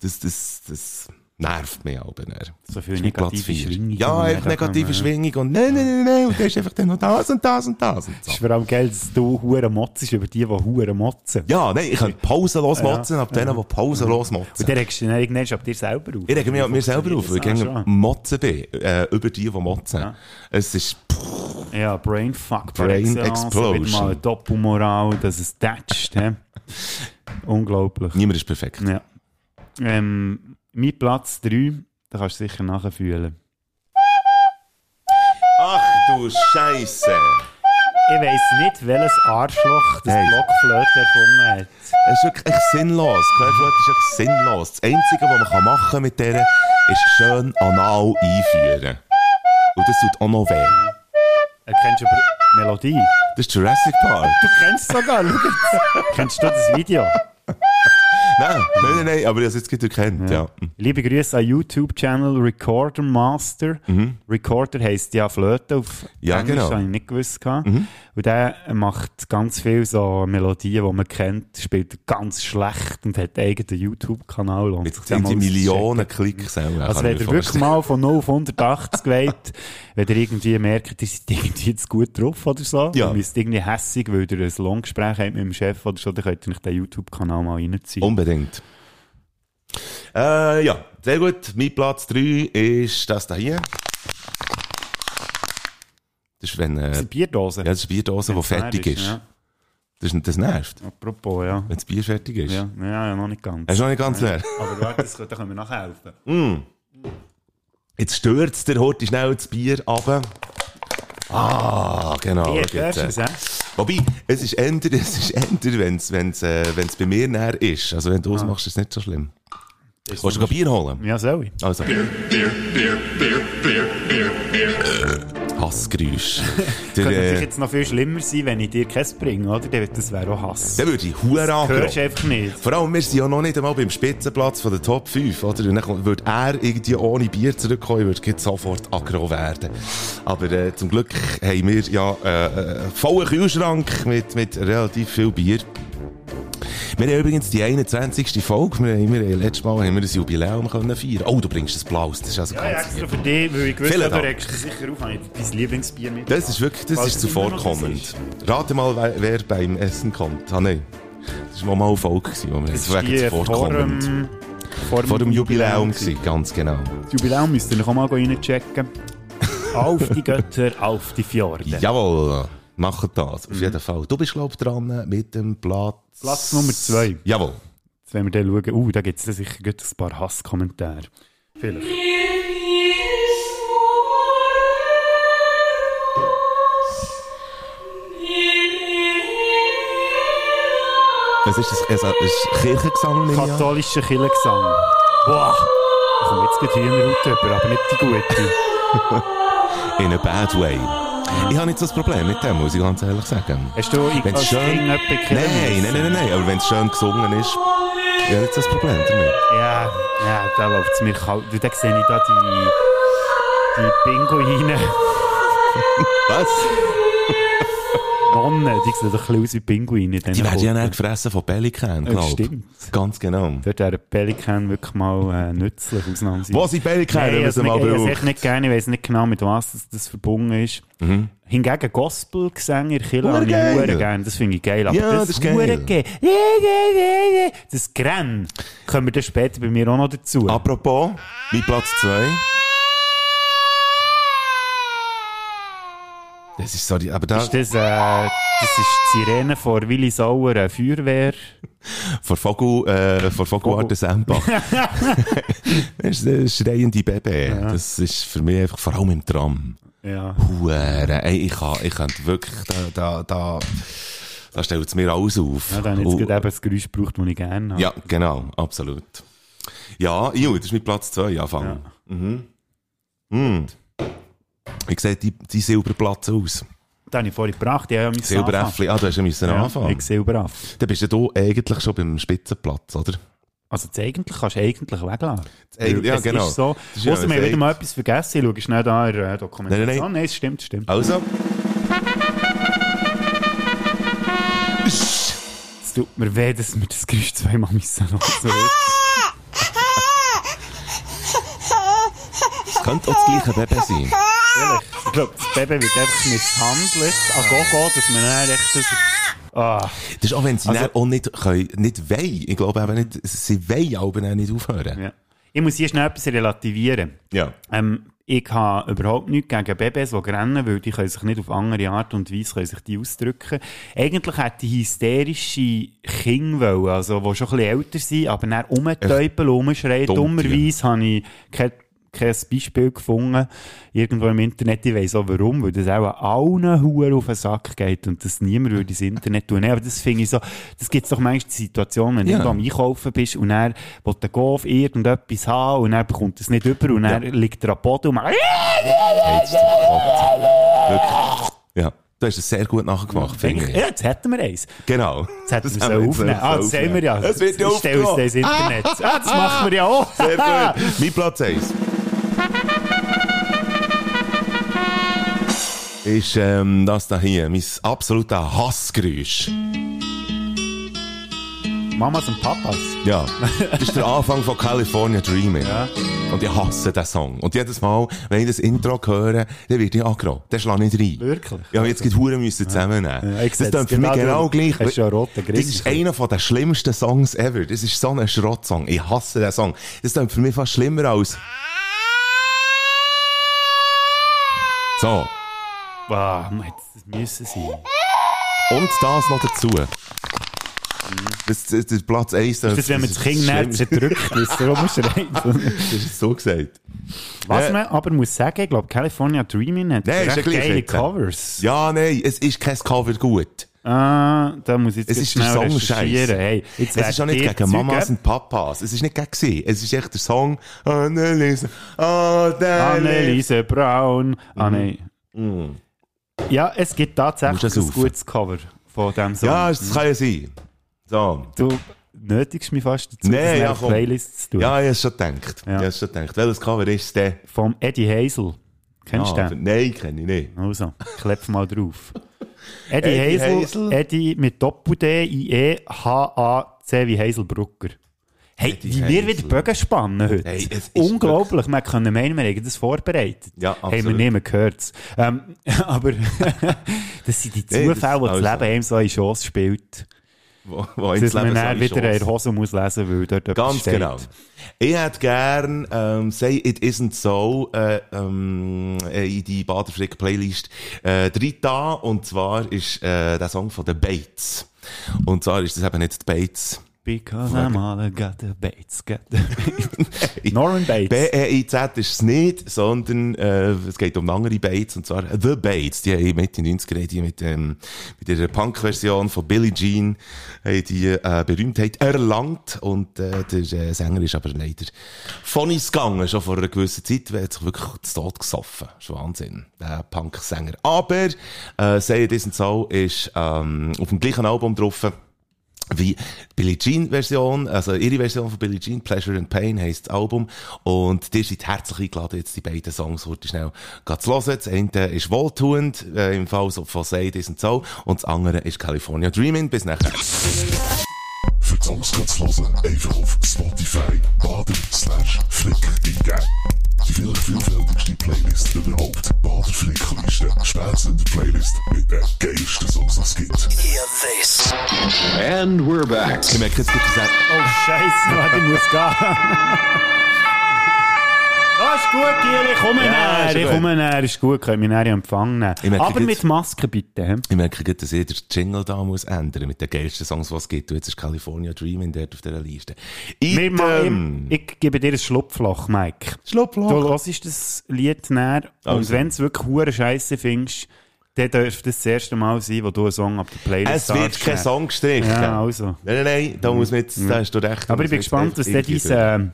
Speaker 2: Das, das, das nervt mich aber nicht.
Speaker 3: So viel
Speaker 2: Das ist mein Platz
Speaker 3: negative
Speaker 2: vier.
Speaker 3: Schwingung, die
Speaker 2: Ja,
Speaker 3: man
Speaker 2: echt
Speaker 3: da kann,
Speaker 2: negative
Speaker 3: äh,
Speaker 2: Schwingung. Und nein, nein, nein, nein. Und dann ist einfach dann noch das und das und das und so.
Speaker 3: Das ist vor allem geil, dass du Huren motzest über die, die Huren motzen.
Speaker 2: Ja, nein, ich könnte pausenlos motzen, ab denen, die pausenlos motzen.
Speaker 3: Mhm. Und dann regst du dann irgendwann ab dir selber auf.
Speaker 2: Ich rege mich an mir selber auf, weil ich
Speaker 3: Ah,
Speaker 2: gegen
Speaker 3: schon.
Speaker 2: Motzen bin, äh, über die, die motzen. Es ist,
Speaker 3: Ja, Brainfuck. par
Speaker 2: Brain
Speaker 3: excellence.
Speaker 2: Explosion.
Speaker 3: Wieder mal eine Doppelmoral, dass es tätscht. hä? Unglaublich.
Speaker 2: niemand ist perfekt.
Speaker 3: Ja. Ähm, mein Platz 3, da kannst du sicher nachfühlen.
Speaker 2: Ach du Scheiße!
Speaker 3: Ich weiss nicht, welches Arschloch das
Speaker 2: Hey.
Speaker 3: Blockflöte erfunden hat.
Speaker 2: Es ist wirklich echt sinnlos. Querflöte ist echt sinnlos. Das Einzige, was man kann machen mit der, ist schön anal einführen. Und das tut auch noch weh.
Speaker 3: Erkennst Äh, du aber die Melodie?
Speaker 2: Das ist Jurassic Park.
Speaker 3: Du kennst es sogar, schau jetzt. Kennst du das Video?
Speaker 2: Nein, nein, nein, nein, aber ich habe es jetzt gerade erkannt, ja.
Speaker 3: Liebe Grüße an YouTube-Channel Recorder Master. Recorder heisst ja Flöte auf
Speaker 2: Mhm. Ja,
Speaker 3: Englisch,
Speaker 2: genau.
Speaker 3: habe ich nicht gewusst. Mhm. Und der macht ganz viel so Melodien, die man kennt, spielt er ganz schlecht und hat einen eigenen YouTube-Kanal. Lohnt
Speaker 2: Mit
Speaker 3: sich den mal
Speaker 2: irgendwie
Speaker 3: auszuchecken.
Speaker 2: Millionen Klicks. auch, ja,
Speaker 3: Also
Speaker 2: kann ich
Speaker 3: wenn
Speaker 2: mir
Speaker 3: ihr wirklich
Speaker 2: vorstellen.
Speaker 3: mal von 0 auf 180 wollt, wenn ihr irgendwie merkt, ihr seid irgendwie jetzt gut drauf oder so,
Speaker 2: Ja.
Speaker 3: ihr müsst irgendwie hässig, weil ihr ein Lohngespräch habt mit dem Chef oder so, dann könnt ihr euch den YouTube-Kanal mal reinziehen.
Speaker 2: Unbedingt. Äh, ja, sehr gut. Mein Platz 3 ist das da hier. Das ist, wenn,
Speaker 3: das
Speaker 2: äh,
Speaker 3: ist Bierdose.
Speaker 2: ja, das ist eine Bierdose, die fertig ist.
Speaker 3: Ja.
Speaker 2: Das, ist- das nervt,
Speaker 3: Apropos, ja.
Speaker 2: wenn das Bier fertig ist.
Speaker 3: Ja, ja, ja, noch nicht ganz.
Speaker 2: Er ist noch nicht ganz leer.
Speaker 3: Aber warte, das können, da können wir nachhelfen.
Speaker 2: Oh, Jetzt stürzt der Horti schnell das Bier runter. Ah, genau.
Speaker 3: Bier,
Speaker 2: schau jetzt,
Speaker 3: hörst du es,
Speaker 2: äh.
Speaker 3: ja?
Speaker 2: Wobei, es ist änder, es ist änder, wenn es wenn's, äh, wenn's bei mir näher ist. Also wenn
Speaker 3: Ah.
Speaker 2: du es machst, ist es nicht so schlimm. Willst du ein Bier holen?
Speaker 3: Ja, soll ich?
Speaker 2: Also. Hassgeräusch. der,
Speaker 3: Könnte natürlich
Speaker 2: äh,
Speaker 3: jetzt noch viel schlimmer sein, wenn ich dir Käse bringe, oder? Dann- Das wäre auch Hass.
Speaker 2: der würde ich Huren
Speaker 3: Hörst du
Speaker 2: angerufen.
Speaker 3: einfach nicht.
Speaker 2: Vor allem, wir sind ja noch nicht einmal beim Spitzenplatz von der Top 5, oder? Und dann würde er irgendwie ohne Bier zurückkommen, würde jetzt sofort aggro werden. Aber äh, zum Glück haben wir ja äh, äh, einen vollen Kühlschrank mit, mit relativ viel Bier. Wir haben übrigens die 21. Folge. Wir haben, wir haben letztes Mal haben wir ein Jubiläum können feiern Oh, du bringst ein Blaues, das ist also
Speaker 3: Ja,
Speaker 2: ganz
Speaker 3: extra
Speaker 2: lieb.
Speaker 3: für dich, weil ich gewusst
Speaker 2: Vielen
Speaker 3: habe, du
Speaker 2: Dank.
Speaker 3: regst dich sicher auf, habe ich dein Lieblingsbier mit.
Speaker 2: Das ist wirklich, das
Speaker 3: Falls
Speaker 2: ist
Speaker 3: es immer noch
Speaker 2: zuvorkommend. Rate mal, wer, wer beim Essen kommt. Ah, nein. Das war mal eine Folge, gewesen, wo wir
Speaker 3: Das
Speaker 2: jetzt
Speaker 3: ist
Speaker 2: wegen
Speaker 3: die vor
Speaker 2: zuvorkommend.
Speaker 3: dem,
Speaker 2: Vor dem Jubiläum gewesen, ganz genau.
Speaker 3: Das Jubiläum müsst ihr noch mal reinchecken. auf die Götter, auf die Fjorde.
Speaker 2: Jawohl, machen das, auf jeden Fall. Du bist, glaube ich, dran mit dem Platz...
Speaker 3: Platz Nummer zwei.
Speaker 2: Jawohl.
Speaker 3: Jetzt wenn wir dann schauen, uh, da gibt es sicher gut ein paar Hasskommentare. Vielleicht.
Speaker 2: Was ist das? Es ist Kirchengesang, nehme ich an?
Speaker 3: Katholischer Kirchengesang. Boah! Da kommt jetzt gerade Hühnerhaut rüber, aber nicht die gute.
Speaker 2: In a bad way. Ich habe nicht so ein Problem mit dem, muss ich ganz ehrlich sagen.
Speaker 3: Hast du
Speaker 2: Wenn's
Speaker 3: als
Speaker 2: schön-
Speaker 3: Kind jemanden
Speaker 2: Nein, nein, nein, nein, aber wenn es schön gesungen ist, ich habe nicht so ein Problem damit.
Speaker 3: Ja, ja, da läuft es mir kalt. Du, da sehe ich da die, die Pinguine.
Speaker 2: Was?
Speaker 3: Nonnen, die sehen doch ein bisschen aus wie Pinguine. in diesen
Speaker 2: Die werden ja
Speaker 3: Fotos.
Speaker 2: dann gefressen von Pelikan,
Speaker 3: Das
Speaker 2: glaube
Speaker 3: stimmt.
Speaker 2: Ganz genau.
Speaker 3: Dort wäre ein Pelikan wirklich mal äh, nützlich, ausnahmsweise.
Speaker 2: Wo sind Pelikan, wenn
Speaker 3: Nein,
Speaker 2: man
Speaker 3: ich
Speaker 2: sie mal
Speaker 3: habe es echt
Speaker 2: braucht?
Speaker 3: nicht gerne, ich weiß nicht genau, mit was das, das verbunden ist. Hingegen Gospel-Gesänge in der Kirche
Speaker 2: Hure
Speaker 3: habe ich
Speaker 2: Mhm. geil.
Speaker 3: hure gerne, das finde ich geil. Aber
Speaker 2: Ja,
Speaker 3: das,
Speaker 2: das ist geil.
Speaker 3: hure geil. Ja, ja, ja, ja. Das Gren kommen wir dann später bei mir auch noch dazu.
Speaker 2: Apropos, mein Platz 2. Das ist sorry, aber da
Speaker 3: Ist das, äh, das ist die Sirene von Willi Sauer, eine Feuerwehr.
Speaker 2: vor Vogel, äh, vor Vogelarten Sembach. das ist ein schreiende Baby. Das ist für mich einfach vor allem im Tram.
Speaker 3: Ja.
Speaker 2: Huere, ey, ich kann, ich könnte wirklich da, da, da, da stellt es mir alles auf.
Speaker 3: ja dann habe ich
Speaker 2: Und-
Speaker 3: jetzt gerade eben das Geräusch gebraucht, das ich gerne
Speaker 2: Oh.
Speaker 3: habe.
Speaker 2: ja, genau, absolut. Ja, Iu, das ist mit Platz 2 anfangen. Mhm. Mhm. Wie sieht die, die Silberplatz aus?
Speaker 3: Das habe ich vorhin gebracht, ich habe ja mein
Speaker 2: Silberäffli, ah, du hast ja müssen
Speaker 3: Ja,
Speaker 2: anfangen.
Speaker 3: ich Silberaff.
Speaker 2: Dann bist ja du eigentlich schon beim Spitzenplatz, oder?
Speaker 3: Also das eigentlich kannst du eigentlich weglassen.
Speaker 2: Eig- ja,
Speaker 3: es
Speaker 2: genau.
Speaker 3: ist so.
Speaker 2: Das ist ja
Speaker 3: Außer wir
Speaker 2: ein
Speaker 3: haben wieder
Speaker 2: Eig-
Speaker 3: mal etwas vergessen. Ich schaue schnell da in der äh, Dokumentation.
Speaker 2: Nein,
Speaker 3: Nein,
Speaker 2: nein, nein.
Speaker 3: es stimmt, es stimmt.
Speaker 2: Also,
Speaker 3: Es tut mir weh, dass wir das Geräusch zweimal müssen loswerden.
Speaker 2: es könnte auch das gleiche Baby sein.
Speaker 3: Ehrlich, Ich glaube, das Baby wird einfach misshandelt. An Gogo, dass man dann echt das... Ah,
Speaker 2: Das ist auch, wenn sie
Speaker 3: Also-
Speaker 2: dann auch nicht, können, nicht wollen. Ich glaube eben nicht, sie wollen aber dann nicht aufhören.
Speaker 3: ja. Ich muss hier schnell etwas relativieren.
Speaker 2: Ja.
Speaker 3: Ähm, ich habe überhaupt nichts gegen Babys, die rennen, weil die können sich nicht auf andere Art und Weise können sich die ausdrücken. Eigentlich hätte ich hysterische Kinder wollen, also die schon ein bisschen älter sind, aber dann rumtäubeln, rumschreien.
Speaker 2: dumm,
Speaker 3: Dummerweise habe ich kein, kein Beispiel gefunden, irgendwo im Internet. Ich weiss auch warum, weil das auch allen Huren auf den Sack geht und das niemand würde ins Internet tun. Nein, aber das finde ich so, das gibt es doch manchmal die Situation, wenn
Speaker 2: Ja.
Speaker 3: du am Einkaufen bist und er will der Golf irgendetwas haben und er bekommt es nicht über und er liegt er am Boden und macht "Ah,
Speaker 2: Wirklich. Ja. Du hast es sehr gut nachgemacht, finde
Speaker 3: Ja,
Speaker 2: ich.
Speaker 3: jetzt hätten wir eins.
Speaker 2: Genau.
Speaker 3: Jetzt hätten wir
Speaker 2: haben
Speaker 3: es
Speaker 2: jetzt
Speaker 3: aufnehmen. Ah, das sehen wir ja.
Speaker 2: Es wird ja
Speaker 3: Ich stelle es dann
Speaker 2: aufgenommen.
Speaker 3: ins Internet. Ah, das machen wir ja auch.
Speaker 2: Sehr gut. mein Platz 1. Ist ähm, das da hier, mein absoluter Hassgeräusch.
Speaker 3: Mamas und Papas.
Speaker 2: Ja, das ist der Anfang von California Dreaming. Und ich hasse diesen Song. Und jedes Mal, wenn ich das Intro höre, dann wird ich aggro. Dann schlage ich nicht rein.
Speaker 3: Wirklich?
Speaker 2: Ja, aber jetzt gibt Huren müssen zusammennehmen.
Speaker 3: Ja, ich
Speaker 2: das
Speaker 3: sehe
Speaker 2: klingt
Speaker 3: es
Speaker 2: für mich
Speaker 3: genau
Speaker 2: genau
Speaker 3: drum.
Speaker 2: gleich.
Speaker 3: Hast du ja einen roten Grin.
Speaker 2: Das ist einer von den schlimmsten Songs ever. Das ist so ein Schrottsong. Ich hasse den Song. Das klingt für mich fast schlimmer als... So.
Speaker 3: Wow, man hätte das Ah, müssen sein.
Speaker 2: Und das noch dazu. Das, das, das Platz 1...
Speaker 3: Das Mhm. ist, wenn man das Kind näher zerdrückt, ist so rumschreit.
Speaker 2: Das ist so gesagt.
Speaker 3: Was
Speaker 2: Äh.
Speaker 3: man aber muss sagen, ich glaube, California Dreaming hat
Speaker 2: Nein, ist ja
Speaker 3: recht
Speaker 2: gleich
Speaker 3: geile
Speaker 2: jetzt.
Speaker 3: Covers.
Speaker 2: Ja, nein, es ist kein Cover gut.
Speaker 3: Ah, da muss ich jetzt
Speaker 2: Es
Speaker 3: ganz
Speaker 2: ist der
Speaker 3: schnell
Speaker 2: Song
Speaker 3: recherchieren.
Speaker 2: scheiße.
Speaker 3: Hey, jetzt
Speaker 2: es ist auch nicht
Speaker 3: dir
Speaker 2: gegen
Speaker 3: Zeug
Speaker 2: Mamas
Speaker 3: gegeben.
Speaker 2: und Papas. Es ist nicht gegen sie. Es ist echt der Song Anneliese, Anneliese.
Speaker 3: Anneliese Braun. Ah, nein. Ja, es gibt
Speaker 2: Mhm. Musst du
Speaker 3: tatsächlich
Speaker 2: das
Speaker 3: ein
Speaker 2: rauf?
Speaker 3: gutes Cover von diesem Song.
Speaker 2: Ja, das kann ja sein. So.
Speaker 3: du nötigst mich fast dazu,
Speaker 2: Nein,
Speaker 3: das in
Speaker 2: ja,
Speaker 3: einer
Speaker 2: komm.
Speaker 3: Playlist zu tun.
Speaker 2: Ja, ich hab's schon gedacht. Ich hab's schon gedacht. Welches Cover ist es denn?
Speaker 3: Vom Eddie Hazel. Kennst du
Speaker 2: Ah,
Speaker 3: den?
Speaker 2: nein, kenne ich nicht.
Speaker 3: Also, klepf mal drauf. Eddie,
Speaker 2: Eddie
Speaker 3: Hazel,
Speaker 2: Hazel.
Speaker 3: Eddie mit Doppel-D, I-E-H-A-C wie Hazelbrucker. Hey,
Speaker 2: Eddie
Speaker 3: wie wir
Speaker 2: Hazel.
Speaker 3: wieder Bögen spannen heute.
Speaker 2: Hey, es ist
Speaker 3: Unglaublich, man könnte meinen, wir hätten das vorbereitet.
Speaker 2: Ja,
Speaker 3: Hey, wir
Speaker 2: absolut.
Speaker 3: nehmen gehört ähm, Aber das sind die
Speaker 2: Hey, das-
Speaker 3: Zufälle, die das
Speaker 2: also.
Speaker 3: Leben einem so in Chance spielt.
Speaker 2: Oh, Wo, wo
Speaker 3: Dass
Speaker 2: ins
Speaker 3: man
Speaker 2: Leben
Speaker 3: dann
Speaker 2: so
Speaker 3: wieder
Speaker 2: Chance.
Speaker 3: eine Hose muss lesen, weil dort etwas
Speaker 2: Ganz
Speaker 3: steht.
Speaker 2: genau. Ich hätte gern ähm, «Say It Isn't So» äh, ähm, äh, in die Baderfrick-Playlist äh, da und zwar ist äh, der Song von «The Bates». Und zwar ist das eben nicht «The Bates»,
Speaker 3: Because I'm all I got the Bates, got the Bates. Norman Bates.
Speaker 2: B-E-I-Z E ist es nicht, sondern äh, es geht um andere Bates, und zwar The Bates. Die haben Mitte 90er die mit, ähm, mit ihrer Punk-Version von Billie Jean haben die äh, Berühmtheit erlangt. Und äh, der äh, Sänger ist aber leider von uns gegangen, schon vor einer gewissen Zeit. Er hat sich wirklich zu Tod gesoffen. Das ist Wahnsinn, der Punk-Sänger. Aber äh, «Say It Isn't So» ist ähm, auf dem gleichen Album drauf wie die Billie Jean Version, also ihre Version von Billie Jean, Pleasure and Pain heisst das Album. Und die sind herzlich eingeladen, jetzt die beiden Songs heute schnell grad zu hören. Das eine ist wohltuend, äh, im Fall so von Say This and So. Und das andere ist California Dreaming. Bis nachher.
Speaker 11: Für die Songs kannst du hören, einfach auf Spotify baden slash flick eingeben. Die vielleicht vielfältigste Playlist überhaupt. Bader Flickliste. Spätsender Playlist mit den geilsten Songs, die es gibt.
Speaker 7: And we're back.
Speaker 2: Ich merke, es gibt ein
Speaker 3: Oh, Scheiße, warte, ich muss gehen. Das ist gut, Gili, ich komme
Speaker 2: Ja, ist ja
Speaker 3: näher. Ich
Speaker 2: gut.
Speaker 3: komme näher, ist gut, können wir näher empfangen.
Speaker 2: Ich merke
Speaker 3: Aber
Speaker 2: jetzt-
Speaker 3: mit Maske bitte. hä?
Speaker 2: ich merke gerade, dass ich den Jingle da muss ändern mit den geilsten Songs, die es gibt. Und jetzt ist California Dreaming dort auf dieser Liste.
Speaker 3: Wir machen,
Speaker 2: Item.
Speaker 3: ich gebe dir ein Schlupfloch, Mike.
Speaker 2: Schlupfloch.
Speaker 3: Du hörst das Lied näher und
Speaker 2: Also.
Speaker 3: wenn es wirklich hure Scheiße findest, dann dürfte das das erste Mal sein, wo du einen Song auf der Playlist
Speaker 2: Es wird kein
Speaker 3: anschneidest.
Speaker 2: Song gestrichen.
Speaker 3: Ja, also. Mhm.
Speaker 2: Nein, nein, nein, da muss man jetzt, da hast du recht. da
Speaker 3: Aber
Speaker 2: muss
Speaker 3: ich bin
Speaker 2: man jetzt echt
Speaker 3: gespannt, was dann dein,
Speaker 2: Also irgendwie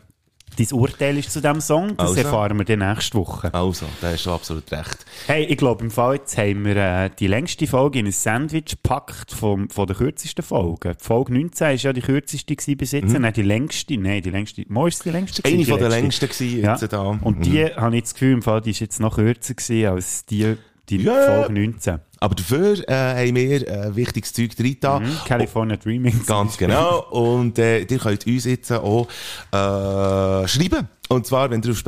Speaker 3: äh, dein Urteil ist zu diesem Song. Das
Speaker 2: Also.
Speaker 3: erfahren wir dann nächste Woche.
Speaker 2: Also, da hast du absolut recht.
Speaker 3: Hey, ich glaube, im Fall jetzt haben wir äh, die längste Folge in ein Sandwich gepackt vom, von der kürzesten Folge. Die Folge 19 war ja die kürzeste gewesen bis jetzt. Nein, die längste, nein, die längste, mal ist die längste.
Speaker 2: Mhm. Eine
Speaker 3: gewesen,
Speaker 2: von
Speaker 3: die
Speaker 2: der
Speaker 3: letzte.
Speaker 2: längsten gewesen
Speaker 3: Ja.
Speaker 2: jetzt da. Mhm.
Speaker 3: Und die, habe ich das Gefühl, im Fall, die ist jetzt noch kürzer gewesen als die, die
Speaker 2: Ja.
Speaker 3: Folge 19.
Speaker 2: Aber dafür äh, haben wir äh, wichtiges Zeug drin da.
Speaker 3: Mhm. California Dreaming.
Speaker 2: Oh, Ganz genau. Und äh, ihr könnt uns jetzt auch äh, schreiben. oh, Und zwar, wenn ihr auf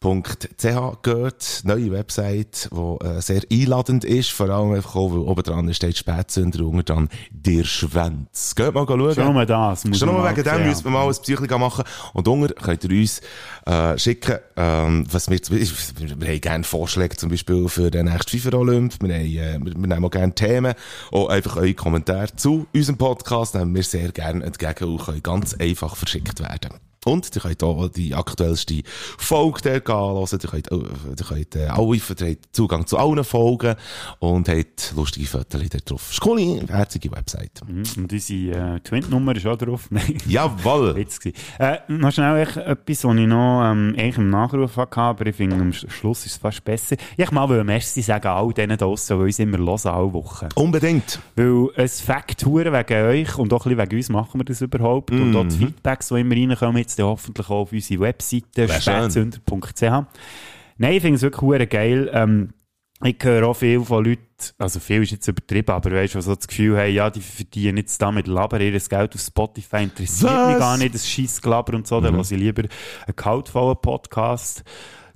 Speaker 2: spätsünder.ch geht, neue Website, die äh, sehr einladend ist, vor allem einfach auch, weil oben dran steht Spätsünder, unten dran der Schwänz. Geht mal schauen.
Speaker 3: Schon mal das. Muss
Speaker 2: Schon
Speaker 3: man
Speaker 2: nur wegen
Speaker 3: sehen.
Speaker 2: dem müssen wir mal ein Psychologen machen. Und unter könnt ihr uns äh, schicken, ähm, was wir, zum Beispiel- wir haben gerne Vorschläge zum Beispiel für den nächsten FIFA-Olymp. Wir, haben, äh, wir, wir nehmen auch gerne Themen. Auch einfach eure Kommentare zu unserem Podcast nehmen wir sehr gerne entgegen und können ganz einfach verschickt werden. Und ihr könnt auch die aktuellste Folge der hören. Ihr könnt, äh, ihr könnt äh, alle, ihr habt Zugang zu allen Folgen und habt lustige Fotos da drauf. Ist eine coole, herzige Website.
Speaker 3: Mhm, Und unsere äh, Twint-Nummer ist auch drauf. Nein.
Speaker 2: Jawohl!
Speaker 3: Witz gewesen. Äh, noch schnell echt etwas, was ich noch ähm, eigentlich im Nachruf hatte, aber ich finde, am Sch- Schluss ist es fast besser. Ich mal will Merci sagen all denen draussen, die uns immer hören, alle Wochen.
Speaker 2: Unbedingt!
Speaker 3: Weil es Fakt wegen euch und auch ein bisschen wegen uns machen wir das überhaupt. Und auch die
Speaker 2: Mhm.
Speaker 3: Feedbacks, die immer reinkommen, jetzt dann hoffentlich auch auf unsere
Speaker 2: Wär
Speaker 3: Webseite
Speaker 2: schön.
Speaker 3: spätzünder.ch. Nein, ich finde es wirklich hure geil. Ähm, ich höre auch viel von Leuten, also viel ist jetzt übertrieben, aber weißt du, die so das Gefühl haben, ja, die verdienen jetzt damit Laber ihr Geld auf Spotify, interessiert
Speaker 2: Was?
Speaker 3: mich gar nicht, das scheiß Gelaber und so, dann
Speaker 2: Mhm.
Speaker 3: lasse ich lieber einen gehaltvollen Podcast.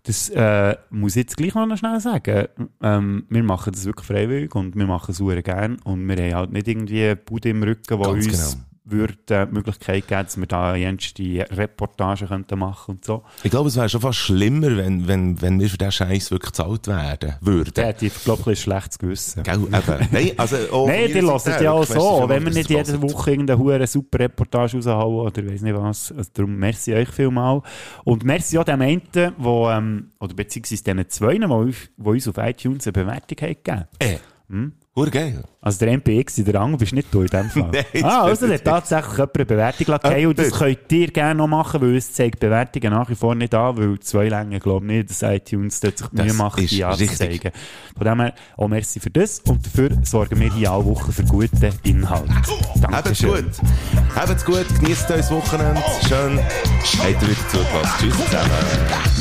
Speaker 3: Das äh, muss ich jetzt gleich noch schnell sagen. Ähm, wir machen das wirklich freiwillig und wir machen es sehr gerne und wir haben halt nicht irgendwie eine Bude im Rücken, wo
Speaker 2: Ganz
Speaker 3: uns
Speaker 2: genau.
Speaker 3: würde äh, die Möglichkeit geben, dass wir da die Reportagen könnten machen und so.
Speaker 2: Ich glaube, es wäre schon fast schlimmer, wenn, wenn, wenn wir für diesen Scheiß wirklich gezahlt werden würden.
Speaker 3: Da hätte ich, glaube ich, ein schlechtes Gewissen.
Speaker 2: Gell, eben. Nein, also, auch
Speaker 3: Nein,
Speaker 2: von
Speaker 3: die
Speaker 2: meiner
Speaker 3: lassen
Speaker 2: Seite
Speaker 3: ja
Speaker 2: her,
Speaker 3: auch
Speaker 2: merci
Speaker 3: so,
Speaker 2: vielmals,
Speaker 3: wenn wir
Speaker 2: dass
Speaker 3: nicht
Speaker 2: ihr
Speaker 3: jede
Speaker 2: hört.
Speaker 3: Woche irgendeine hure super Reportage raushauen oder weiss nicht was. Also darum merci euch vielmal. Und merci auch dem einen, wo, ähm, oder beziehungsweise den zwei, die auf- die uns auf iTunes eine Bewertung haben gegeben
Speaker 2: Äh,
Speaker 3: Hm?
Speaker 2: hure geil.
Speaker 3: Also der MPX in der Angel bist nicht du in dem Fall.
Speaker 2: Nein, das
Speaker 3: ah, also
Speaker 2: bin
Speaker 3: der
Speaker 2: ich
Speaker 3: tatsächlich jemand eine Bewertung lassen. Hey, und das könnt ihr gerne noch machen, weil es zeigt Bewertungen nach wie vor nicht an, weil zwei Längen glaube ich nicht, dass iTunes dort sich die
Speaker 2: Das
Speaker 3: Mühe macht,
Speaker 2: ist
Speaker 3: die anzuzeigen.
Speaker 2: richtig.
Speaker 3: Von dem her, auch merci für das und dafür sorgen wir jede Woche für guten Inhalt.
Speaker 2: Habt's
Speaker 3: Dankeschön.
Speaker 2: gut. Habt's gut. Genießt euch das Wochenende. Schön. Habt ihr wieder zugelassen. Tschüss zusammen.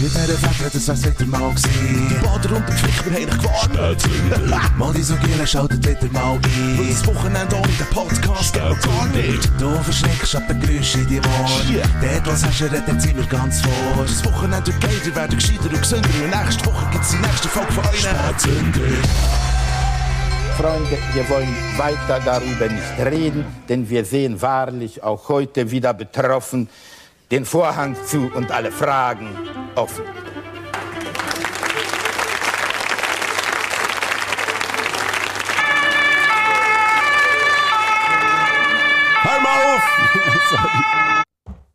Speaker 4: Mit dieser Fächer, das wär's wieder mal gewesen. Die Bader und der Pflicht, wir haben euch gewarnt. Mal die so gerne schaltet wieder mal ein. Und das Wochenende ohne den Podcast geht gar nicht. Du verschreckst ab den Geräuschen in die Ohren. Dort, was hast du, reden sind wir ganz vor. Das Wochenende wird geiler, werden gescheiter und gesünder. Und nächste Woche gibt's die nächste Folge von euch. Spätzünder.
Speaker 12: Freunde, wir wollen weiter darüber nicht reden, denn wir sehen wahrlich auch heute wieder betroffen den Vorhang zu und alle Fragen offen.
Speaker 2: Hör mal auf!